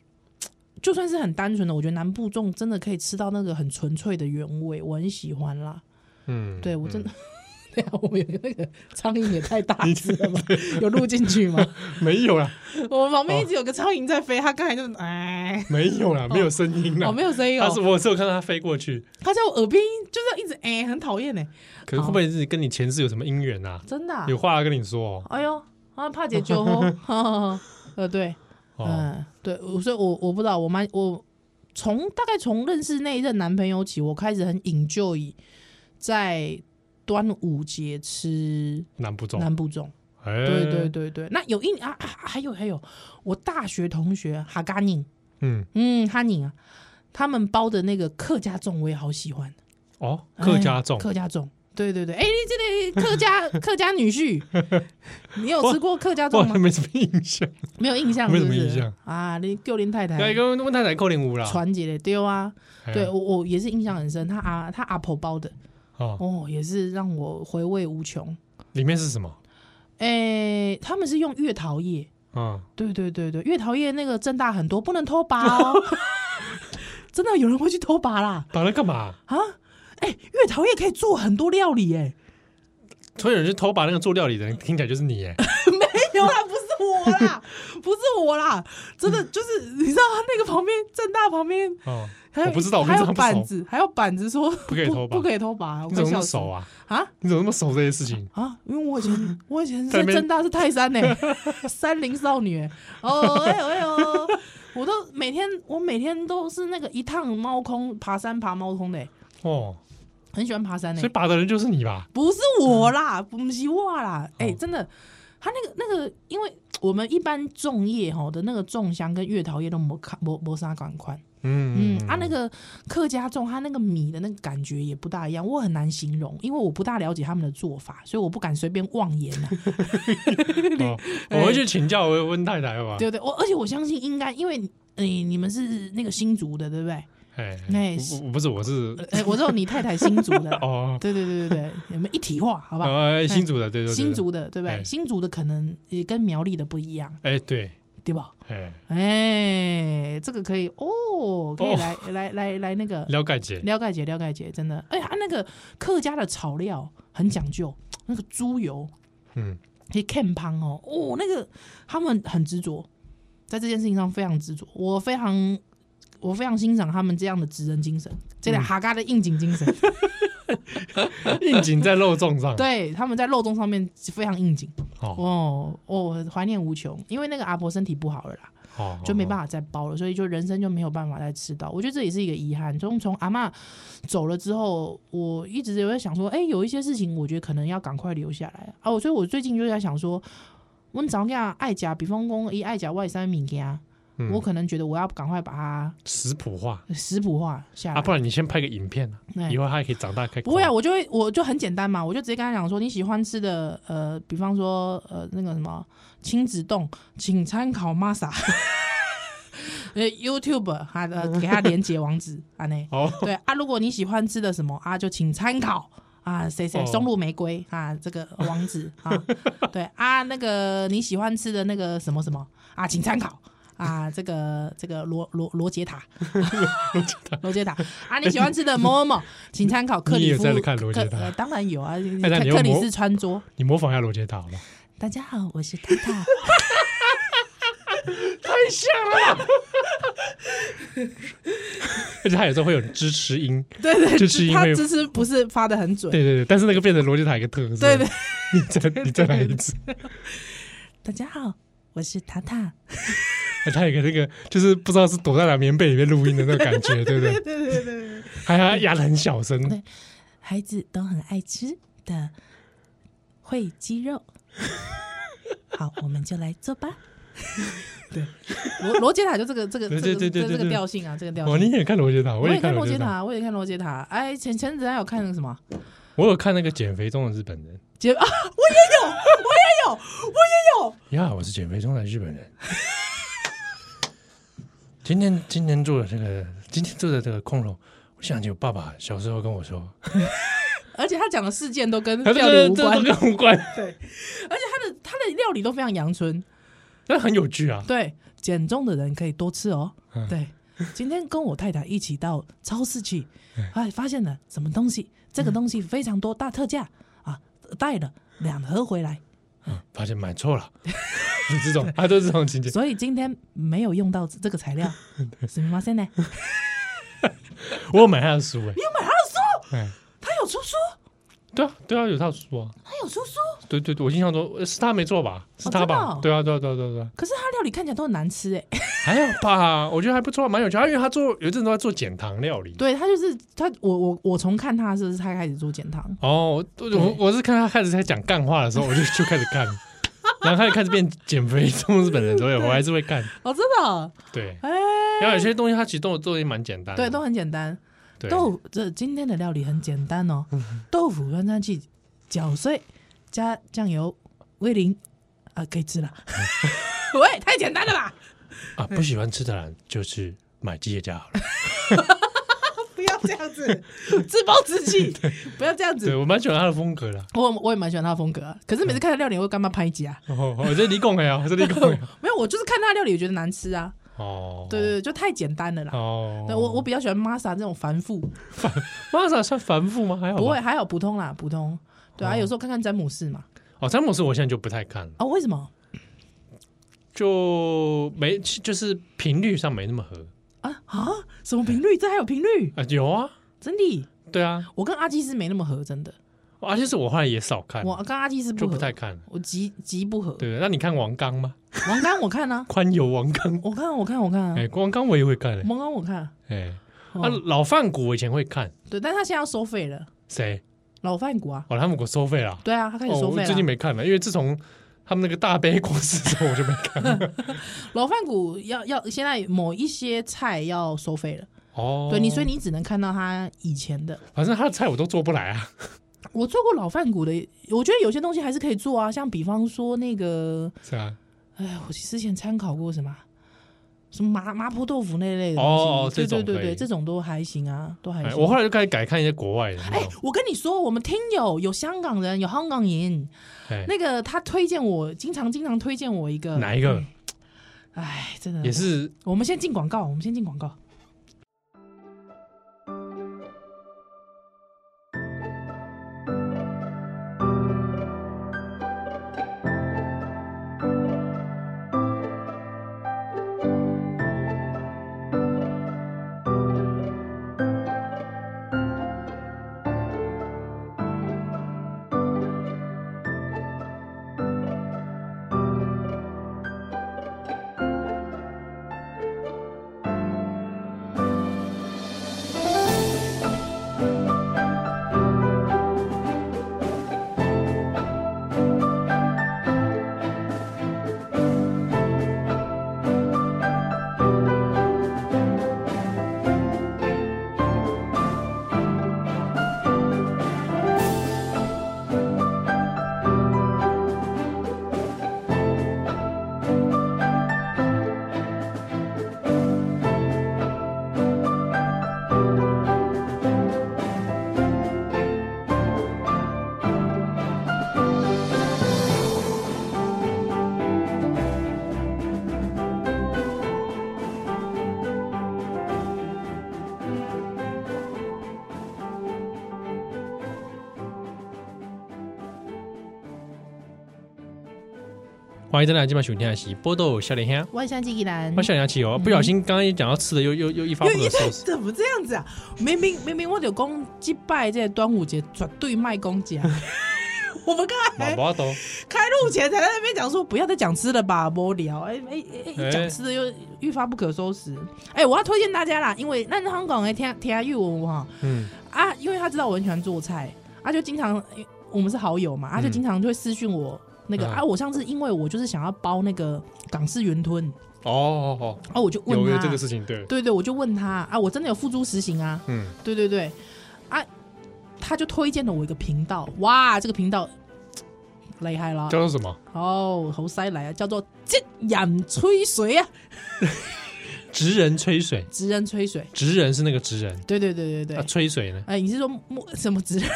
S4: 就算是很单纯的，我觉得南部粽真的可以吃到那个很纯粹的原味，我很喜欢啦。
S3: 嗯，
S4: 对我真的。 对啊，我们有那个苍蝇也太大只了 吧？有录进去吗？
S3: 没有啦，
S4: 我们旁
S3: 哦
S4: 边一直有个苍蝇在飞，它刚才就是哎，
S3: 没有啦，没有声音啦
S4: 哦，，没有声哦音哦。
S3: 但是我是有看到它飞过去，
S4: 他在我耳边就是一直哎、很讨厌哎，
S3: 可是会不会是跟你前世有什么姻缘啊？
S4: 真的、啊
S3: 有话要跟你说哦
S4: 哎呦，啊，怕 解救哦，呃，对，
S3: 哦哦，
S4: 嗯，对，我所以我我不知道，我蛮我从大概从认识那一任男朋友起，我开始很 enjoy 在端午节吃
S3: 南部粽，
S4: 南部粽，
S3: 哎，
S4: 对对，对对，那有一啊啊还有还有，我大学同学哈嘎宁，
S3: 嗯，
S4: 嗯，哈宁啊，他们包的那个客家粽我也好喜欢。
S3: 哦，客家
S4: 哎
S3: 粽，
S4: 客家粽，对对对，哎、你这个 客家客家女婿，你有吃过客家粽
S3: 哇，
S4: 吗？
S3: 没什么印象。
S4: 没有印象
S3: 没
S4: 是
S3: 什
S4: 不
S3: 么
S4: 是，
S3: 印象
S4: 啊！你旧林太
S3: 对，
S4: 太
S3: 跟问太太扣零五啦，
S4: 传姐的丢啊，
S3: 哎呀
S4: 对我我也是印象很深，他啊他阿婆包的
S3: 哦，
S4: 哦，也是让我回味无穷。
S3: 里面是什么？
S4: 哎、他们是用月桃叶，
S3: 嗯，
S4: 对对对对，月桃叶那个正大很多，不能偷拔 哦。真的有人会去偷拔啦
S3: 把它干嘛？
S4: 啊！哎、月桃叶可以做很多料理哎、
S3: 所以有人去偷把那个做料理的人，听起来就是你哎，
S4: 没有啦，不是我我啦， 不是我啦，真的就是你知道那个旁边正大旁边
S3: 哦，
S4: 还有
S3: 我不知道我跟
S4: 还有
S3: 他不熟
S4: 板子，还有板子说不
S3: 可以偷拔
S4: 不可以偷拔，我
S3: 你怎么那
S4: 快笑
S3: 么
S4: 死
S3: 熟啊？
S4: 啊！
S3: 你怎么那么熟这些事情？
S4: 啊，因为我 以前我以前
S3: 在
S4: 在
S3: 那边
S4: 正大是 泰山呢、山林少女、欸。哦，哎呦哎呦，我都每天我每天都是那个一趟猫空爬山爬猫空的欸、
S3: 哦，
S4: 很喜欢爬山呢、
S3: 所以把的人就是你吧？
S4: 不是我
S3: 嗯
S4: 啦，不是我啦，哎、真的，他那个那个，因为我们一般粽叶吼的那个粽香跟月桃叶都没看没没啥感款，嗯
S3: 嗯，
S4: 啊，那个客家粽，它那个米的那个感觉也不大一样，我很难形容，因为我不大了解他们的做法，所以我不敢随便妄言 啊。
S3: 哦我回去请教我温太太好吧。
S4: 哎对对，我而且我相信应该，因为诶、你们是那个新竹的，对不对？
S3: 哎，
S4: 那
S3: 我我我不是我是，
S4: 哎、我知道你太太新竹的
S3: 哦，
S4: 对对对对对，你们一体呃化，好不好？
S3: 呃，新竹的对对对，
S4: 新竹的，对不对？
S3: 哎
S4: 新竹的可能也跟苗栗的不一样，
S3: 哎对，
S4: 对吧？
S3: 哎，
S4: 哎，这个可以哦，可以来、来来来那个
S3: 了解姐，
S4: 了解姐，了解姐，真的，哎呀，那个客家的炒料很讲究，那个猪油，
S3: 嗯，
S4: 可以看胖哦，哦，那个他们很执着，在这件事情上非常执着，我非常我非常欣赏他们这样的职人精神，这
S3: 嗯
S4: 点哈嘎的应景 精神，
S3: 应景在肉粽上，
S4: 对，他们在肉粽上面非常应景，
S3: 哦，
S4: 哦哦，怀念无穷，因为那个阿婆身体不好了啦，
S3: 哦，
S4: 就没办
S3: 法，
S4: 法再包了，所以就人生就没有办法再吃到，我觉得这也是一个遗憾。从从阿嬷走了之后，我一直有在想说，哎、有一些事情我觉得可能要赶快留下来啊，我所以我最近就在想说。我早下爱夹，比方讲伊爱夹外三米羹，
S3: 嗯
S4: 我可能觉得我要赶快把它
S3: 食谱化
S4: 食谱化下来。
S3: 啊，不然你先拍个影片啊，
S4: 哎
S3: 以后他也可以长大开。。
S4: 不会啊，，我就会我就很简单嘛，我就直接跟他讲说你喜欢吃的呃，比方说呃那个什么亲子冻，请参考 Masa，呃 YouTube 他的、呃、给他连接网址啊呢
S3: 哦，
S4: 对啊，如果你喜欢吃的什么啊，就请参考啊谁谁
S3: 哦
S4: 松露玫瑰啊这个网址啊，对啊那个你喜欢吃的那个什么什么啊，请参考。啊，这个这个罗罗罗 杰塔， 罗杰塔啊，你喜欢吃的某某某，请参考克
S3: 你也
S4: 里夫。
S3: 在看罗杰塔哎
S4: 克呃当然有啊，
S3: 那你有
S4: 克克里
S3: 模
S4: 斯穿着。
S3: 你模仿一下罗杰塔好吗？
S4: 大家好，我是塔塔。
S3: 而且他有时候会有支持 音，
S4: 对对，
S3: 就是因
S4: 他
S3: 为
S4: 只是不是发的很准。
S3: 对对对，但是那个变成罗杰塔一个特色。
S4: 对对，
S3: 你再你再来一次，
S4: 大家好，我是塔塔。
S3: 他有个那个就是不知道是躲在哪棉被里面录音的那个感觉，对不对？
S4: 对对对对，
S3: 还还压得很小声，
S4: 对孩子都很爱吃的烩鸡肉。 好，我们就来做吧。 对，罗罗杰塔就这个这个
S3: 对
S4: 这个
S3: 对对对
S4: 这
S3: 对
S4: 个
S3: 对
S4: 调性啊，这个调
S3: 哦，你
S4: 性。
S3: 也看罗杰塔，
S4: 我
S3: 也
S4: 看
S3: 罗
S4: 罗杰
S3: 塔，
S4: 塔，我也看罗杰塔。哎，前前阵子还有看那个什么
S3: 我有看那个减肥中的日本人。
S4: 姐啊，我也有，我也有，我也有。
S3: 呀，我是减肥中的日本人。 今天今天做的这个，今天做的这个空笼，我想起我爸爸小时候跟我说，
S4: 而且他讲的事件都跟
S3: 他
S4: 料理无关，
S3: 这都跟无关，
S4: 而且他的他的料理都非常阳春。
S3: 但很有趣啊。
S4: 对，减重的人可以多吃哦。对，今天跟我太太一起到超市去，哎，发现了什么东西？这个东西非常多，大特价啊，带了两盒回来，
S3: 发现买错了， 就这种，他都是这种情节。
S4: 所以今天没有用到这个材 料。什么现在
S3: 我有买他的书哎、
S4: 要买他的书，
S3: 哎
S4: 他有出书，
S3: 对啊，对啊，有他的书啊，
S4: 他有出书，
S3: 对对对，我印象中呃是他没错吧？是他
S4: 真的
S3: 吧？
S4: 哦
S3: 对啊，对啊，对啊，对啊，对啊，
S4: 可是他料理看起来都很难吃哎、
S3: 还好吧？我觉得还不错，蛮有趣啊，因为他做有一阵都在做减糖料理。
S4: 对他就是他，我我我从看他是不是他开始做减糖，
S3: 哦，我我我是看他开始在讲干话的时候，我就 就开始看，然后开始开始变减肥中日本人之后，我还是会看。
S4: 哦，真的哦，
S3: 对，
S4: 哎、
S3: 然后有些东西它其实都做的蛮简单
S4: 对，
S3: 的，
S4: 都很简单。
S3: 对
S4: 豆腐这今天的料理很简 单哦，豆腐放上去搅碎，加酱油、味淋，啊、可以吃 了。喂，太简单了吧？
S3: 啊，不喜欢吃的人就是买吉野家好 了。
S4: 不要这 样子，自暴自弃，不要这样
S3: 对
S4: 子。
S3: 我蛮喜欢他的风格的。
S4: 我我也蛮喜欢他的风格、啊，可是每次看他料理，我会干嘛拍挤啊？
S3: 哦，我这立功 哎呀，我这立功呀。
S4: 没有，我就是看他料理，我觉得难吃啊。
S3: 哦，
S4: 对对对，就太简单了啦。
S3: 哦，
S4: 对我我比较喜欢 Masa 这种繁复，
S3: 玛莎算繁复吗？还好吧
S4: 不会还好普通啦，普通。对啊，
S3: 哦
S4: 有时候看看詹姆士嘛。
S3: 哦，詹姆斯我现在就不太看了，
S4: 啊，为什么？
S3: 就没就是频率上没那么合
S4: 啊啊！什么频率？这还有频率？
S3: 啊，有啊，
S4: 真的，
S3: 对啊，
S4: 我跟阿基斯没那么合，真的。
S3: 而且是我后来也少看，
S4: 我跟阿基斯不
S3: 哎就
S4: 合，
S3: 不太看了。
S4: 我极极不合。
S3: 对，那你看王刚吗？
S4: 王刚我看啊，
S3: 宽油王刚，
S4: 我看我看我看啊，
S3: 哎，王刚我也会看欸，
S4: 王刚我看啊，
S3: 哎，
S4: 哦
S3: 啊，老饭骨我以前会看，
S4: 对，但他现在要收费了，
S3: 谁？
S4: 老饭骨啊，
S3: 哦，他们给我收费了。
S4: 对啊，他开始
S3: 哦，
S4: 收
S3: 我
S4: 费
S3: 最近
S4: 了。
S3: 没看了，因为自从他们那个大杯公司之后，我就没 看了。
S4: 老饭骨要要现在某一些菜要收费了，
S3: 哦，
S4: 对你，所以你只能看到他以前的。
S3: 反正他的菜我都做不来啊，
S4: 我做过老饭骨的，我觉得有些东西还是可以做啊，像比方说那个，
S3: 是啊。
S4: 哎，我之前参考过什么啊什么麻麻婆豆腐那类的
S3: 哦
S4: 东西，
S3: 这种
S4: 对对对
S3: 可以
S4: 对，这种都还行啊，都还
S3: 哎，
S4: 行。
S3: 我后来就开始改看一些国外的那
S4: 哎
S3: 种，，
S4: 我跟你说，我们听友有香港人，有香港人，
S3: 哎，
S4: 那个他推荐我，经常经常推荐我一个嗯
S3: 哪一个？
S4: 哎，真的
S3: 也。是
S4: 我们先进广告，我们先进广告。
S3: 欢迎再来今晚收听的是《波豆笑脸香》，
S4: 万象纪依兰
S3: 我，笑脸香哦，
S4: 嗯
S3: 不小心刚刚一讲到吃的，又又又一发不可收 拾。
S4: 怎么这样子啊？明明明明我就讲击败这个端午节绝对卖 公鸡啊！我们刚
S3: 马
S4: 才
S3: 巴豆，
S4: 开录前才在那边讲说不要再讲吃的吧，无聊。哎哎哎哎，
S3: 哎
S4: 讲吃的又愈发不可收拾。哎，我要推荐大家啦，因为那香港的天天下玉文哈
S3: 嗯，
S4: 啊，因为他知道我很喜欢做菜，他就经常因为我们是好友嘛，他就
S3: 嗯
S4: 经常就会私讯我。那个
S3: 嗯
S4: 啊，我上次因为我就是想要包那个港式圆吞，
S3: 哦哦哦，
S4: 哦，我就问
S3: 有
S4: 他
S3: 有这个事情，对，
S4: 对对，我就问他啊，我真的有付诸实行啊，
S3: 嗯，
S4: 对对对，啊，他就推荐了我一个频道，哇，这个频道嘖厉害了，
S3: 叫做什么？
S4: 哦，好犀利啊，叫做“即人吹水”啊，
S3: 职人吹水，
S4: 职人吹水，
S3: 职人是那个职人，
S4: 对对对对对
S3: 啊，，吹水 呢？
S4: 哎、你是说木什么职人？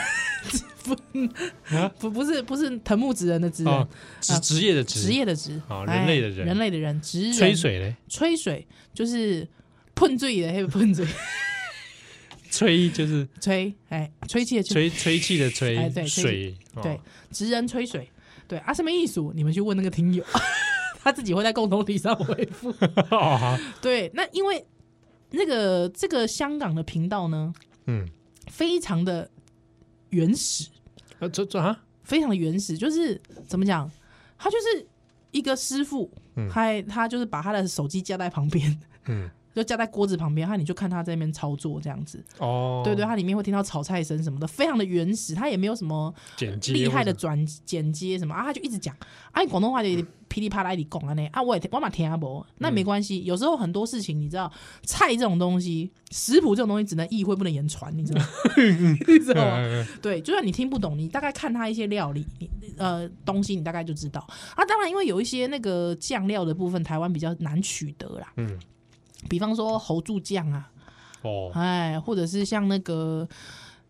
S3: 啊
S4: 不不是不是藤木职人的职人，
S3: 哦，职
S4: 啊
S3: 职业的
S4: 职
S3: 职，
S4: 业的职，
S3: 啊
S4: 哎
S3: 人类的人
S4: 人类的人，职人
S3: 吹水嘞，
S4: 吹水就是喷醉的，嘿，喷醉
S3: 吹就是
S4: 吹，哎，吹气的吹，
S3: 吹吹气的
S4: 哎
S3: 吹
S4: 对，吹气
S3: 水，哦
S4: 对，职人吹水，对啊，什么艺术？你们去问那个听友， 他自己会在共同体上回复。
S3: 哦，好
S4: 对，那因为那个这个香港的频道呢，
S3: 嗯，
S4: 非常的原始，呃
S3: 啊，这这啊，
S4: 非常的原始，就是怎么讲，他就是一个师傅，
S3: 嗯
S4: 他他就是把他的手机架在旁边，
S3: 嗯，
S4: 就架在锅子旁边，他你就看他在那边操作这样子，
S3: 哦，
S4: 对对，，它里面会听到炒菜声什么的，非常的原始，他也没有什么
S3: 剪辑
S4: 厉害的
S3: 或者
S4: 转剪接什么啊，他就一直讲，啊，你广东话就噼里啪啦一直讲啊那啊，我也我嘛听不，那没关系，有时候很多事情你知道，菜这种东西，食谱这种东西只能意会不能言传，你知道 吗，你知道吗？
S3: 嗯嗯嗯
S4: 对，就算你听不懂，你大概看他一些料理，你呃东西，你大概就知道啊。当然，因为有一些那个酱料的部分，台湾比较难取得啦，
S3: 嗯，
S4: 比方说猴柱酱啊，
S3: 哦，
S4: 哎，或者是像那个，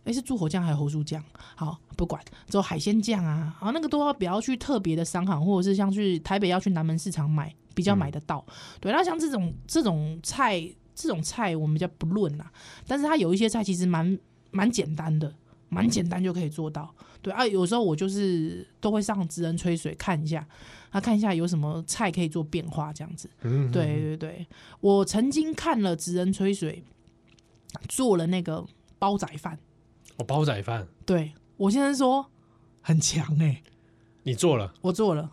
S4: 哎、是猪猴酱还是猴猪酱？好，不管，之后海鲜酱啊，啊，那个都要不要去特别的商行，或者是像去台北要去南门市场买，比较买得到。
S3: 嗯
S4: 对，那像这种这种菜，这种菜我们比较不论啦，但是它有一些菜其实蛮蛮简单的。蛮简单就可以做到。对啊，有时候我就是都会上职人吹水看一下，啊，看一下有什么菜可以做变化这样子。
S3: 嗯，
S4: 对对对，我曾经看了职人吹水做了那个煲仔饭，
S3: 我哦煲仔饭
S4: 对我先生说很强哎、
S3: 你做了
S4: 我做了，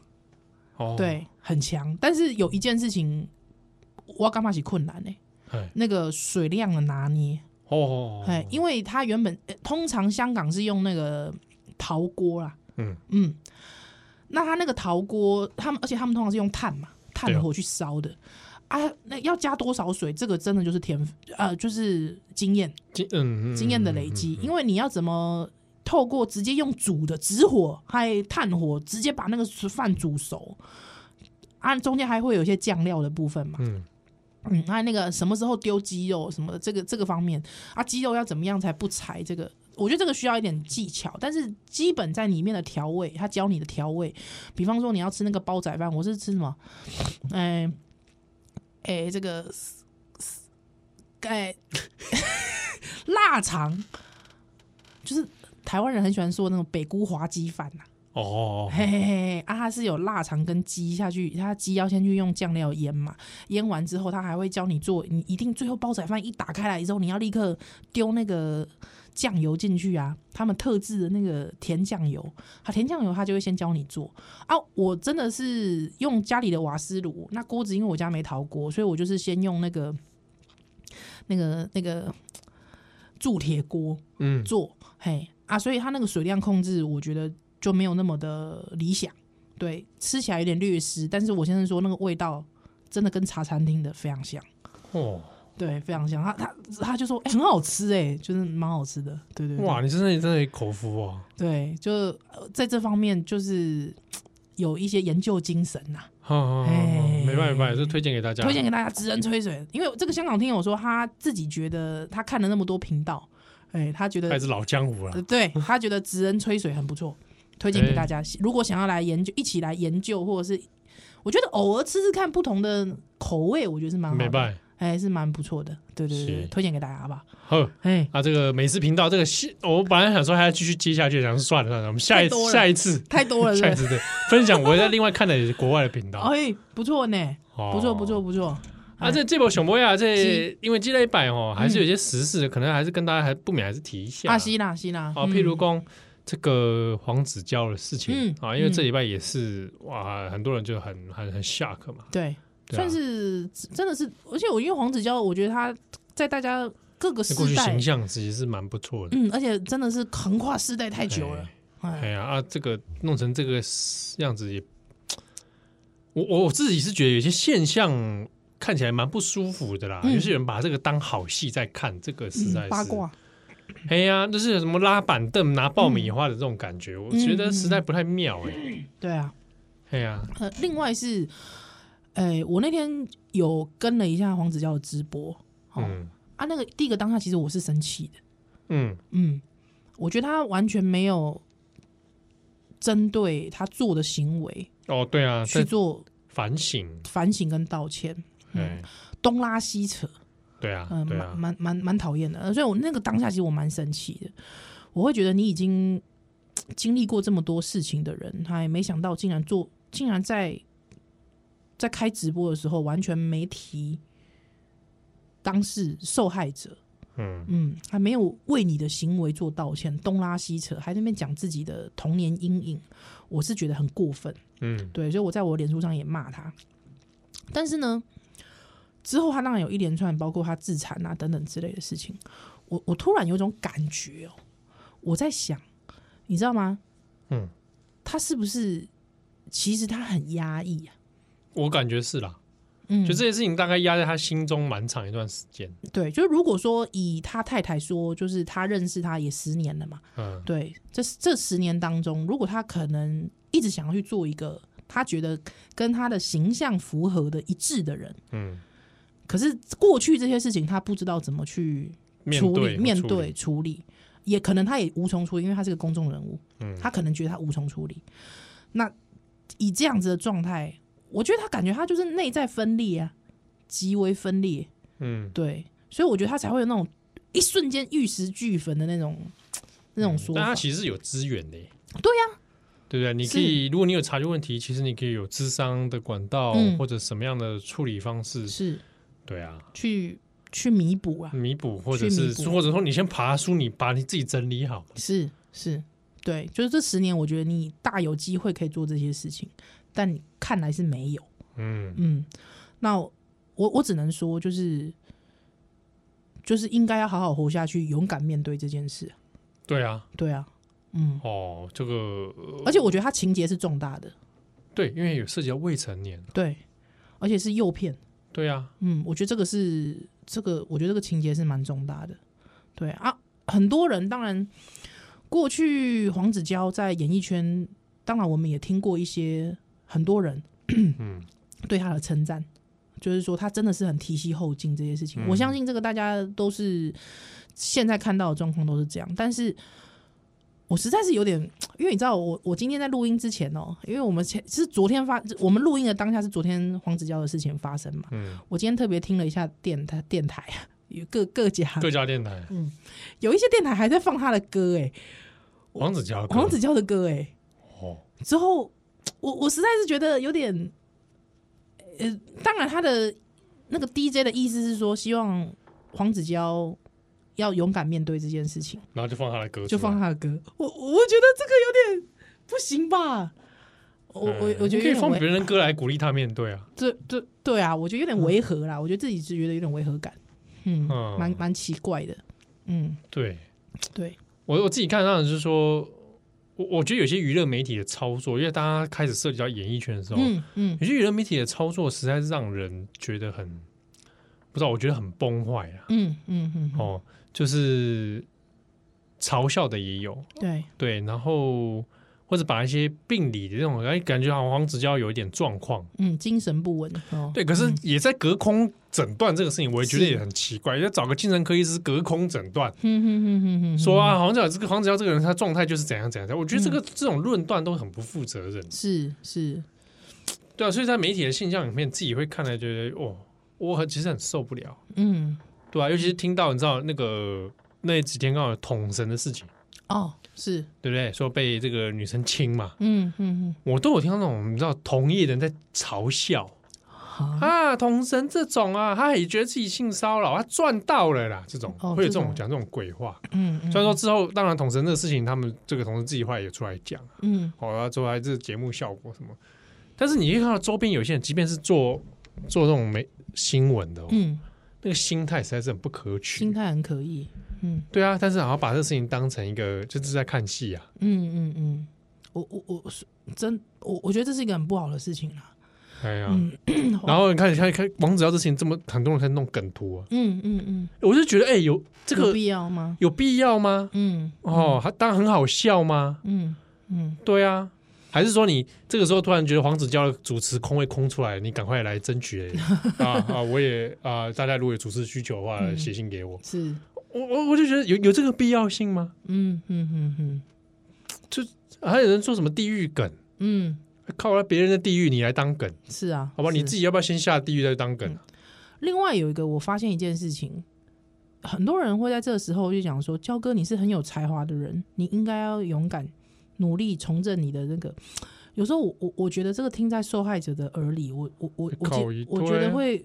S3: 哦，，
S4: 对，很强。但是有一件事情，我干嘛起困难呢、
S3: 哎，
S4: 那个水量的拿捏，
S3: 哦哦，
S4: 哎、因为它原本、呃通常香港是用那个陶锅啦，
S3: 嗯
S4: 嗯，那它那个陶锅，他们而且他们通常是用炭嘛，炭火去烧的。啊，那要加多少水？这个真的就是天分，呃，就是经验
S3: 经嗯嗯
S4: 经验的累积，因为你要怎么透过直接用煮的直火还炭火直接把那个饭煮熟，啊，中间还会有一些酱料的部分嘛，
S3: 嗯，
S4: 嗯，还有那个什么时候丢鸡肉什么的，这个这个方面啊，鸡肉要怎么样才不柴？这个我觉得这个需要一点技巧，但是基本在里面的调味，他教你的调味，比方说你要吃那个煲仔饭，我是吃什么？哎、哎、这个哎、 腊肠，就是台湾人很喜欢说那种北菇滑鸡饭呐、
S3: 哦哦，
S4: 嘿嘿嘿，啊，它是有腊肠跟鸡下去，它鸡要先去用酱料腌嘛，腌完之后，它还会教你做，你一定最后煲仔饭一打开来之后，你要立刻丢那个酱油进去啊，他们特制的那个甜酱油，它甜酱油它就会先教你做啊。我真的是用家里的瓦斯炉，那锅子因为我家没陶锅，所以我就是先用那个那个那个铸铁锅，
S3: 嗯，
S4: 做，嘿啊，所以它那个水量控制，我觉得就没有那么的理想。对，吃起来有点略湿，但是我先生说那个味道真的跟茶餐厅的非常像，
S3: 哦，
S4: 对，非常像。他他他就说，哎、很好吃、哎，就是蛮好吃的，对对对
S3: 哇，你真的真的口福哦，
S4: 对，就、呃在这方面就是有一些研究精神呐、
S3: 好好好，没办法，这推荐给大家，
S4: 推荐给大家知人吹水，因为这个香港听友说他自己觉得他看了那么多频道，哎、他觉得
S3: 还是老江湖了
S4: 呃，对他觉得职人吹水很不错，推荐给大家。如果想要来研究，一起来研究，或者是我觉得偶尔吃吃看不同的口味，我觉得是蛮好
S3: 没
S4: 的，
S3: 办法。
S4: 哎，是蛮不错的。对对对，
S3: 是
S4: 对推荐给大家好不好？
S3: 好，
S4: 哎，
S3: 啊，这个美食频道，这个系我本来想说还要继续接下去，然后算了算了，我们下一
S4: 太多了
S3: 下一次
S4: 太多了，是
S3: 下一
S4: 不是？
S3: 次对分享，我在另外看的也是国外的频道，
S4: 哎，不错呢，
S3: 哦
S4: 不错不错不错。
S3: 啊，这这波熊波呀，这
S4: 是
S3: 因为积累版哦，还是有些时事，可能还是跟大家还不免还是提一下
S4: 啊，希啦希啦，
S3: 啊，
S4: 嗯
S3: 譬如讲这个黄子佼的事情
S4: 嗯
S3: 啊，因为
S4: 嗯
S3: 这礼拜也是哇，很多人就很很很 shock 嘛，
S4: 对，
S3: 对啊
S4: 算是真的是，而且我因为黄子佼，我觉得他在大家各个
S3: 那
S4: 世
S3: 过去
S4: 代
S3: 形，象其实是蛮不错的，
S4: 嗯，而且真的是横跨世代太久了。
S3: 哎
S4: 哎，
S3: 呀啊，这个弄成这个样子也，我我我自己是觉得有些现象看起来蛮不舒服的啦。
S4: 嗯
S3: 有些人把这个当好戏在看，这个实在是、
S4: 八。卦，
S3: 哎呀，就是有什么拉板凳拿爆
S4: 嗯
S3: 米花的这种感觉，我觉得实在不太妙哎、
S4: 对啊，
S3: 哎呀，
S4: 呃，另外是，呃，我那天有跟了一下黄子佼的直播，哦、
S3: 嗯
S4: 啊，那个第一个当下其实我是生气的，
S3: 嗯，
S4: 嗯，我觉得他完全没有针对他做的行为
S3: 哦对啊，
S4: 去
S3: 在
S4: 做
S3: 反省，
S4: 反省跟道歉，
S3: 哎、
S4: 东拉西扯，
S3: 对啊
S4: 嗯、
S3: 对
S4: 蛮
S3: 啊，
S4: 蛮蛮蛮讨厌的。呃所以我那个当下其实我蛮生气的，我会觉得你已经经历过这么多事情的人，他也没想到竟然做，竟然在在开直播的时候完全没提当事受害者，
S3: 嗯
S4: 嗯，还没有为你的行为做道歉，东拉西扯，还在那边讲自己的童年阴影，我是觉得很过分。
S3: 嗯
S4: 对，所以我在我脸书上也骂他。但是呢，之后他当然有一连串，包括他自残啊等等之类的事情。我我突然有一种感觉哦，我在想，你知道吗？
S3: 嗯，
S4: 他是不是其实他很压抑啊？
S3: 我感觉是啦，
S4: 嗯，
S3: 就这些事情大概压在他心中蛮长一段时间，
S4: 对，就是如果说以他太太说，就是他认识他也十年了嘛，
S3: 嗯
S4: 对，这这十年当中，如果他可能一直想要去做一个他觉得跟他的形象符合的一致的人，
S3: 嗯，
S4: 可是过去这些事情，他不知道怎么去
S3: 面
S4: 处
S3: 对
S4: 理、面
S3: 处理
S4: 对、处理，也可能他也无从处理，因为他是个公众人物，
S3: 嗯
S4: 他可能觉得他无从处理。那以这样子的状态，我觉得他感觉他就是内在分裂啊，极为分裂，
S3: 嗯
S4: 对，所以我觉得他才会有那种一瞬间玉石俱焚的那种那种说
S3: 但
S4: 法
S3: 它。嗯其实是有资源的耶，
S4: 对呀、
S3: 对不对？你可以，如果你有察觉问题，其实你可以有智商的管道、
S4: 嗯
S3: 或者什么样的处理方式，
S4: 是
S3: 对啊，
S4: 去去弥补啊，
S3: 弥补或者
S4: 去弥
S3: 是
S4: 补
S3: 或者说你先爬书，你把你自己整理好。
S4: 是是，对，就是这十年，我觉得你大有机会可以做这些事情，但你看来是没有。
S3: 嗯，
S4: 嗯，那我我只能说，就是就是应该要好好活下去，勇敢面对这件事。
S3: 对啊，
S4: 对啊，嗯，
S3: 哦，这个、呃
S4: 而且我觉得他情节是重大的，
S3: 对，因为有涉及到未成年，
S4: 对，而且是诱骗。
S3: 对啊，
S4: 嗯，我觉得这个是这个，我觉得这个情节是蛮重大的。对啊，很多人当然过去黄子佼在演艺圈，当然我们也听过一些很多人
S3: 嗯，
S4: 对他的称赞，就是说他真的是很提携后进这些事情。
S3: 嗯
S4: 我相信这个大家都是现在看到的状况都是这样，但是。我实在是有点，因为你知道我，我今天在录音之前哦、因为我们前是昨天发，我们录音的当下是昨天黄子佼的事情发生嘛，
S3: 嗯，
S4: 我今天特别听了一下电台电台， 有各各家
S3: 各家电台，
S4: 嗯有一些电台还在放他的歌哎、
S3: 黄子佼，
S4: 黄子佼的歌哎、
S3: 哦，
S4: 之后我我实在是觉得有点，呃，当然他的那个 DJ 的意思是说，希望黄子佼要勇敢面对这件事情，
S3: 然后就放他的歌出来，
S4: 就放他的歌。我我觉得这个有点不行吧，我
S3: 嗯，
S4: 我我觉
S3: 你可以
S4: 得有点
S3: 放
S4: 违
S3: 别人的歌来鼓励他面对啊，
S4: 这这对啊，我觉得有点违和啦，我觉得自己是觉得有点违和感，嗯，
S3: 嗯
S4: 蛮蛮奇怪的，嗯，
S3: 对
S4: 对，
S3: 我我自己看到的是说，我我觉得有些娱乐媒体的操作，因为大家开始涉及到演艺圈的时候，
S4: 嗯嗯，
S3: 有些娱乐媒体的操作实在是让人觉得很不知道，我觉得很崩坏啊。
S4: 嗯嗯嗯，嗯
S3: 哦，就是嘲笑的也有，
S4: 对，
S3: 对，然后或者把一些病理的这种，哎，感觉好像黄子佼有一点状况，
S4: 嗯，精神不稳哦，
S3: 对，可是也在隔空诊断这个事情，我也觉得
S4: 是
S3: 也很奇怪，要找个精神科医师隔空诊断。
S4: 嗯哼哼哼哼，
S3: 说啊，黄子佼这个黄子佼这个人，他状态就是怎样怎样怎样。我觉得这
S4: 嗯
S3: 个、这种论断都很不负责任，
S4: 是是，
S3: 对啊。所以在媒体的现象里面，自己会看来觉得哦，我很其实很受不了，
S4: 嗯，
S3: 对啊，尤其是听到你知道那个那几天刚好有捅神的事情，
S4: 哦，是，
S3: 对不对？说被这个女生亲嘛，
S4: 嗯嗯嗯，
S3: 我都有听到那种你知道同业的人在嘲笑
S4: 好，
S3: 啊，同神这种啊，他也觉得自己性骚扰，他赚到了啦，这种、
S4: 哦
S3: 会有这种
S4: 这种
S3: 讲这种鬼话。
S4: 嗯，嗯
S3: 虽然说，之后当然捅神这个事情，他们这个同事自己后来也出来讲。
S4: 嗯
S3: 好、哦然后做来这节目效果什么。但是你可以看到周边有些人，即便是做做这种没新闻的、哦，
S4: 嗯，
S3: 那个心态实在是很不可
S4: 心
S3: 取。
S4: 态很可以，嗯
S3: 对啊，但是好像把这个事情当成一个就是在看戏啊。
S4: 嗯嗯嗯，我我我是真，我我觉得这是一个很不好的事情啦，
S3: 哎呀，
S4: 嗯
S3: 然后你看，你看，你看王子耀这事情这么，很多人在弄梗图啊，
S4: 嗯嗯嗯，
S3: 我就觉得，哎、有这
S4: 有
S3: 个
S4: 必要吗？
S3: 有必要吗？
S4: 嗯
S3: 哦，他当然很好笑吗？
S4: 嗯嗯，
S3: 对啊，还是说你这个时候突然觉得黄子佼的主持空位空出来，你赶快来争取、 哎啊啊！我也啊，大家如果有主持需求的话，
S4: 嗯
S3: 写信给我。
S4: 是，
S3: 我我我就觉得有有这个必要性吗？
S4: 嗯嗯嗯嗯
S3: 还有人说什么地狱梗，
S4: 嗯，
S3: 靠别人的地狱你来当梗，
S4: 是啊，
S3: 好吧？你
S4: 是
S3: 自己要不要先下地狱再当梗啊？
S4: 另外有一个，我发现一件事情，很多人会在这时候就讲说：“焦哥，你是很有才华的人，你应该要勇敢努力重振你的那个。”有时候我我我觉得这个听在受害者的耳里，我我我我
S3: 靠一
S4: 觉
S3: 堆
S4: 我觉得会，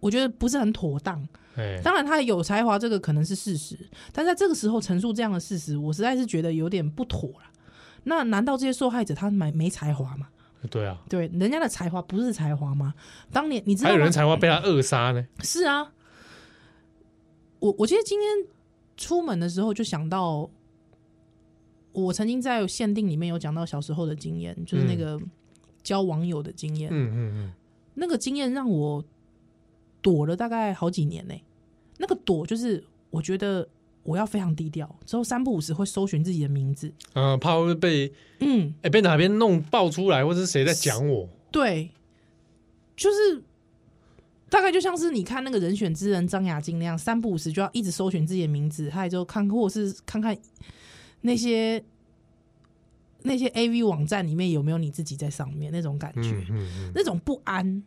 S4: 我觉得不是很妥当。
S3: 哎，
S4: 当然，他有才华这个可能是事实，但在这个时候陈述这样的事实，我实在是觉得有点不妥了。那难道这些受害者他没没才华吗？
S3: 对啊，
S4: 对，人家的才华不是才华吗？当年你知道
S3: 还有
S4: 吗
S3: 人才华被他扼杀呢。
S4: 是啊，我我其实今天出门的时候就想到，我曾经在限定里面有讲到小时候的经验，就是那
S3: 嗯
S4: 个交网友的经验，
S3: 嗯嗯
S4: 那个经验让我躲了大概好几年呢、那个躲就是我觉得我要非常低调，之后三不五时会搜寻自己的名字，
S3: 嗯，呃，怕会被
S4: 嗯，
S3: 哎被哪边弄爆出来，或者是谁在讲我？
S4: 对，就是大概就像是你看那个人选之人张雅静那样，三不五时就要一直搜寻自己的名字，还有就看或是看看那些那些 A V 网站里面有没有你自己在上面那种感觉，
S3: 嗯嗯
S4: 那种不安。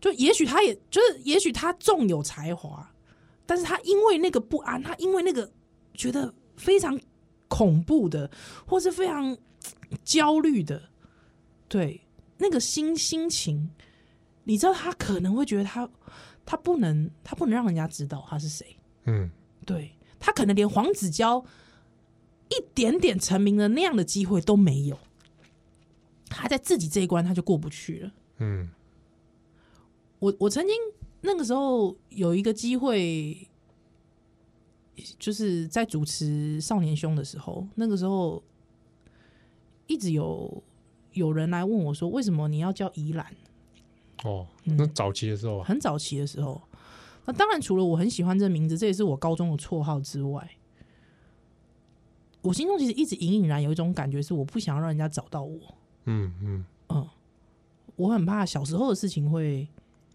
S4: 就也许他也就是，也许他纵有才华，但是他因为那个不安，他因为那个觉得非常恐怖的，或是非常焦虑的，对那个心心情，你知道他可能会觉得他他不能他不能让人家知道他是谁，
S3: 嗯，
S4: 对他可能连黄子佼一点点成名的那样的机会都没有，他在自己这一关他就过不去了。
S3: 嗯，
S4: 我我曾经那个时候有一个机会，就是在主持《少年兄》的时候，那个时候一直有有人来问我说，为什么你要叫宜兰？
S3: 哦，
S4: 嗯
S3: 那早期的时候啊，
S4: 很早期的时候，那当然除了我很喜欢这名字，这也是我高中的绰号之外，我心中其实一直隐隐然有一种感觉，是我不想要让人家找到我，
S3: 嗯嗯，
S4: 我很怕小时候的事情会，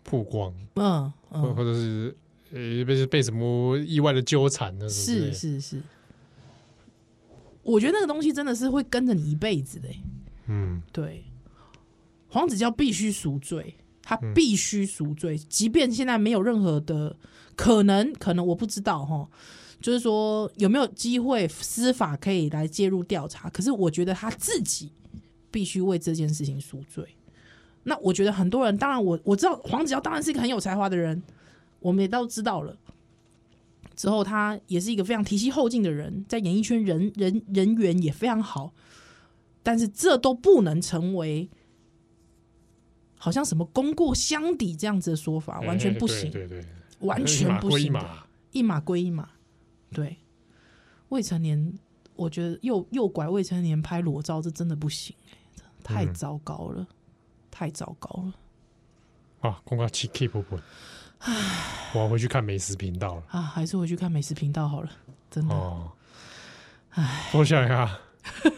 S3: 曝光
S4: 嗯
S3: 或
S4: 嗯，
S3: 或者是呃被被什么意外的纠缠啊呢？
S4: 是，是是，我觉得那个东西真的是会跟着你一辈子的、欸
S3: 嗯
S4: 对，黄子佼必须赎罪，他必须赎罪，即便现在没有任何的可能，可能我不知道哈，就是说有没有机会司法可以来介入调查，可是我觉得他自己必须为这件事情赎罪。那我觉得很多人，当然我我知道黄子佼当然是一个很有才华的人，我们也都知道了。之后，他也是一个非常提携后进的人，在演艺圈人人人缘也非常好。但是这都不能成为好像什么功过相抵这样子的说法，啊完全不行，
S3: 嗯哎对对对，
S4: 完
S3: 一
S4: 全
S3: 码
S4: 不
S3: 归一
S4: 行的，
S3: 码，
S4: 一码归一码。对，未成年，我觉得诱诱拐未成年拍裸照，这真的不行、欸，这太
S3: 嗯
S4: 糟糕了，太糟糕了
S3: 啊，公告期 keep 不稳，我要回去看美食频道了。
S4: 啊！还是回去看美食频道好了，真的。
S3: 哦，我想一下，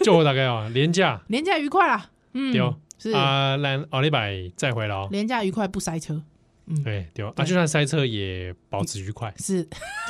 S3: 就我大概 啊，廉价
S4: 廉价愉快啦，
S3: 丢
S4: 嗯，是
S3: 啊，咱奥利百再回来哦。
S4: 廉价愉快不塞车，
S3: 对丢啊，
S4: 对
S3: 就算塞车也保持愉快，
S4: 是，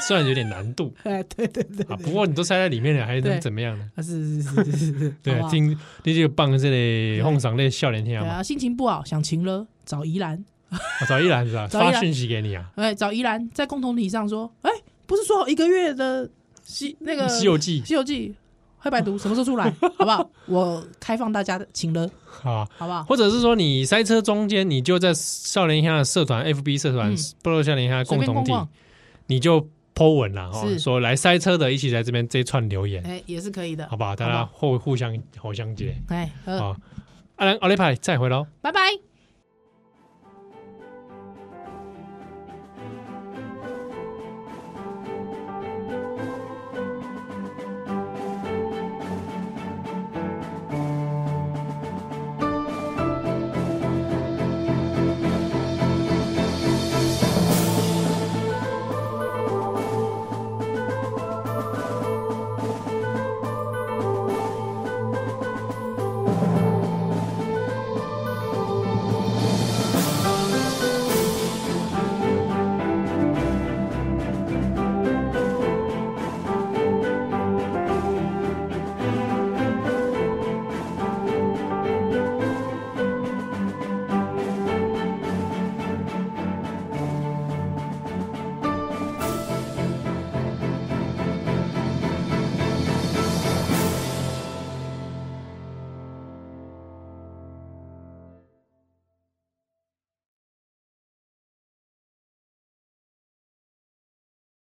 S3: 虽然有点难度
S4: 哎，对对 对，
S3: 啊，不过你都塞在里面了，还能
S4: 对
S3: 怎么样呢？
S4: 啊是是是是是是，
S3: 对
S4: 好不，好
S3: 听你这个棒这里哄上那笑脸听
S4: 对
S3: 嘛，
S4: 啊，心情不好想晴了，找宜兰。
S3: 我哦找一兰是吧？
S4: 找依
S3: 发
S4: 兰
S3: 讯息给你啊，
S4: 哎，找宜兰在共同体上说，哎，不是说好一个月的西那个
S3: 《西游记
S4: 西游记黑白读什么时候出来，好不好？我开放大家的请了，》
S3: 啊，
S4: 好不好？
S3: 或者是说你塞车中间，你就在少年乡的社团 FB 社团
S4: 嗯
S3: 部落少年乡的
S4: 随
S3: 共
S4: 便
S3: 同
S4: 逛
S3: 体，
S4: 逛，
S3: 你就 Po 文了哦，
S4: 是
S3: 说来塞车的一起来这边这一串留言，
S4: 哎，也是可以的
S3: 好。不好？大
S4: 好
S3: 家
S4: 吧
S3: 互互相互相接哦
S4: 哎，呃
S3: 好，阿兰奥利派再回喽。
S4: 拜拜。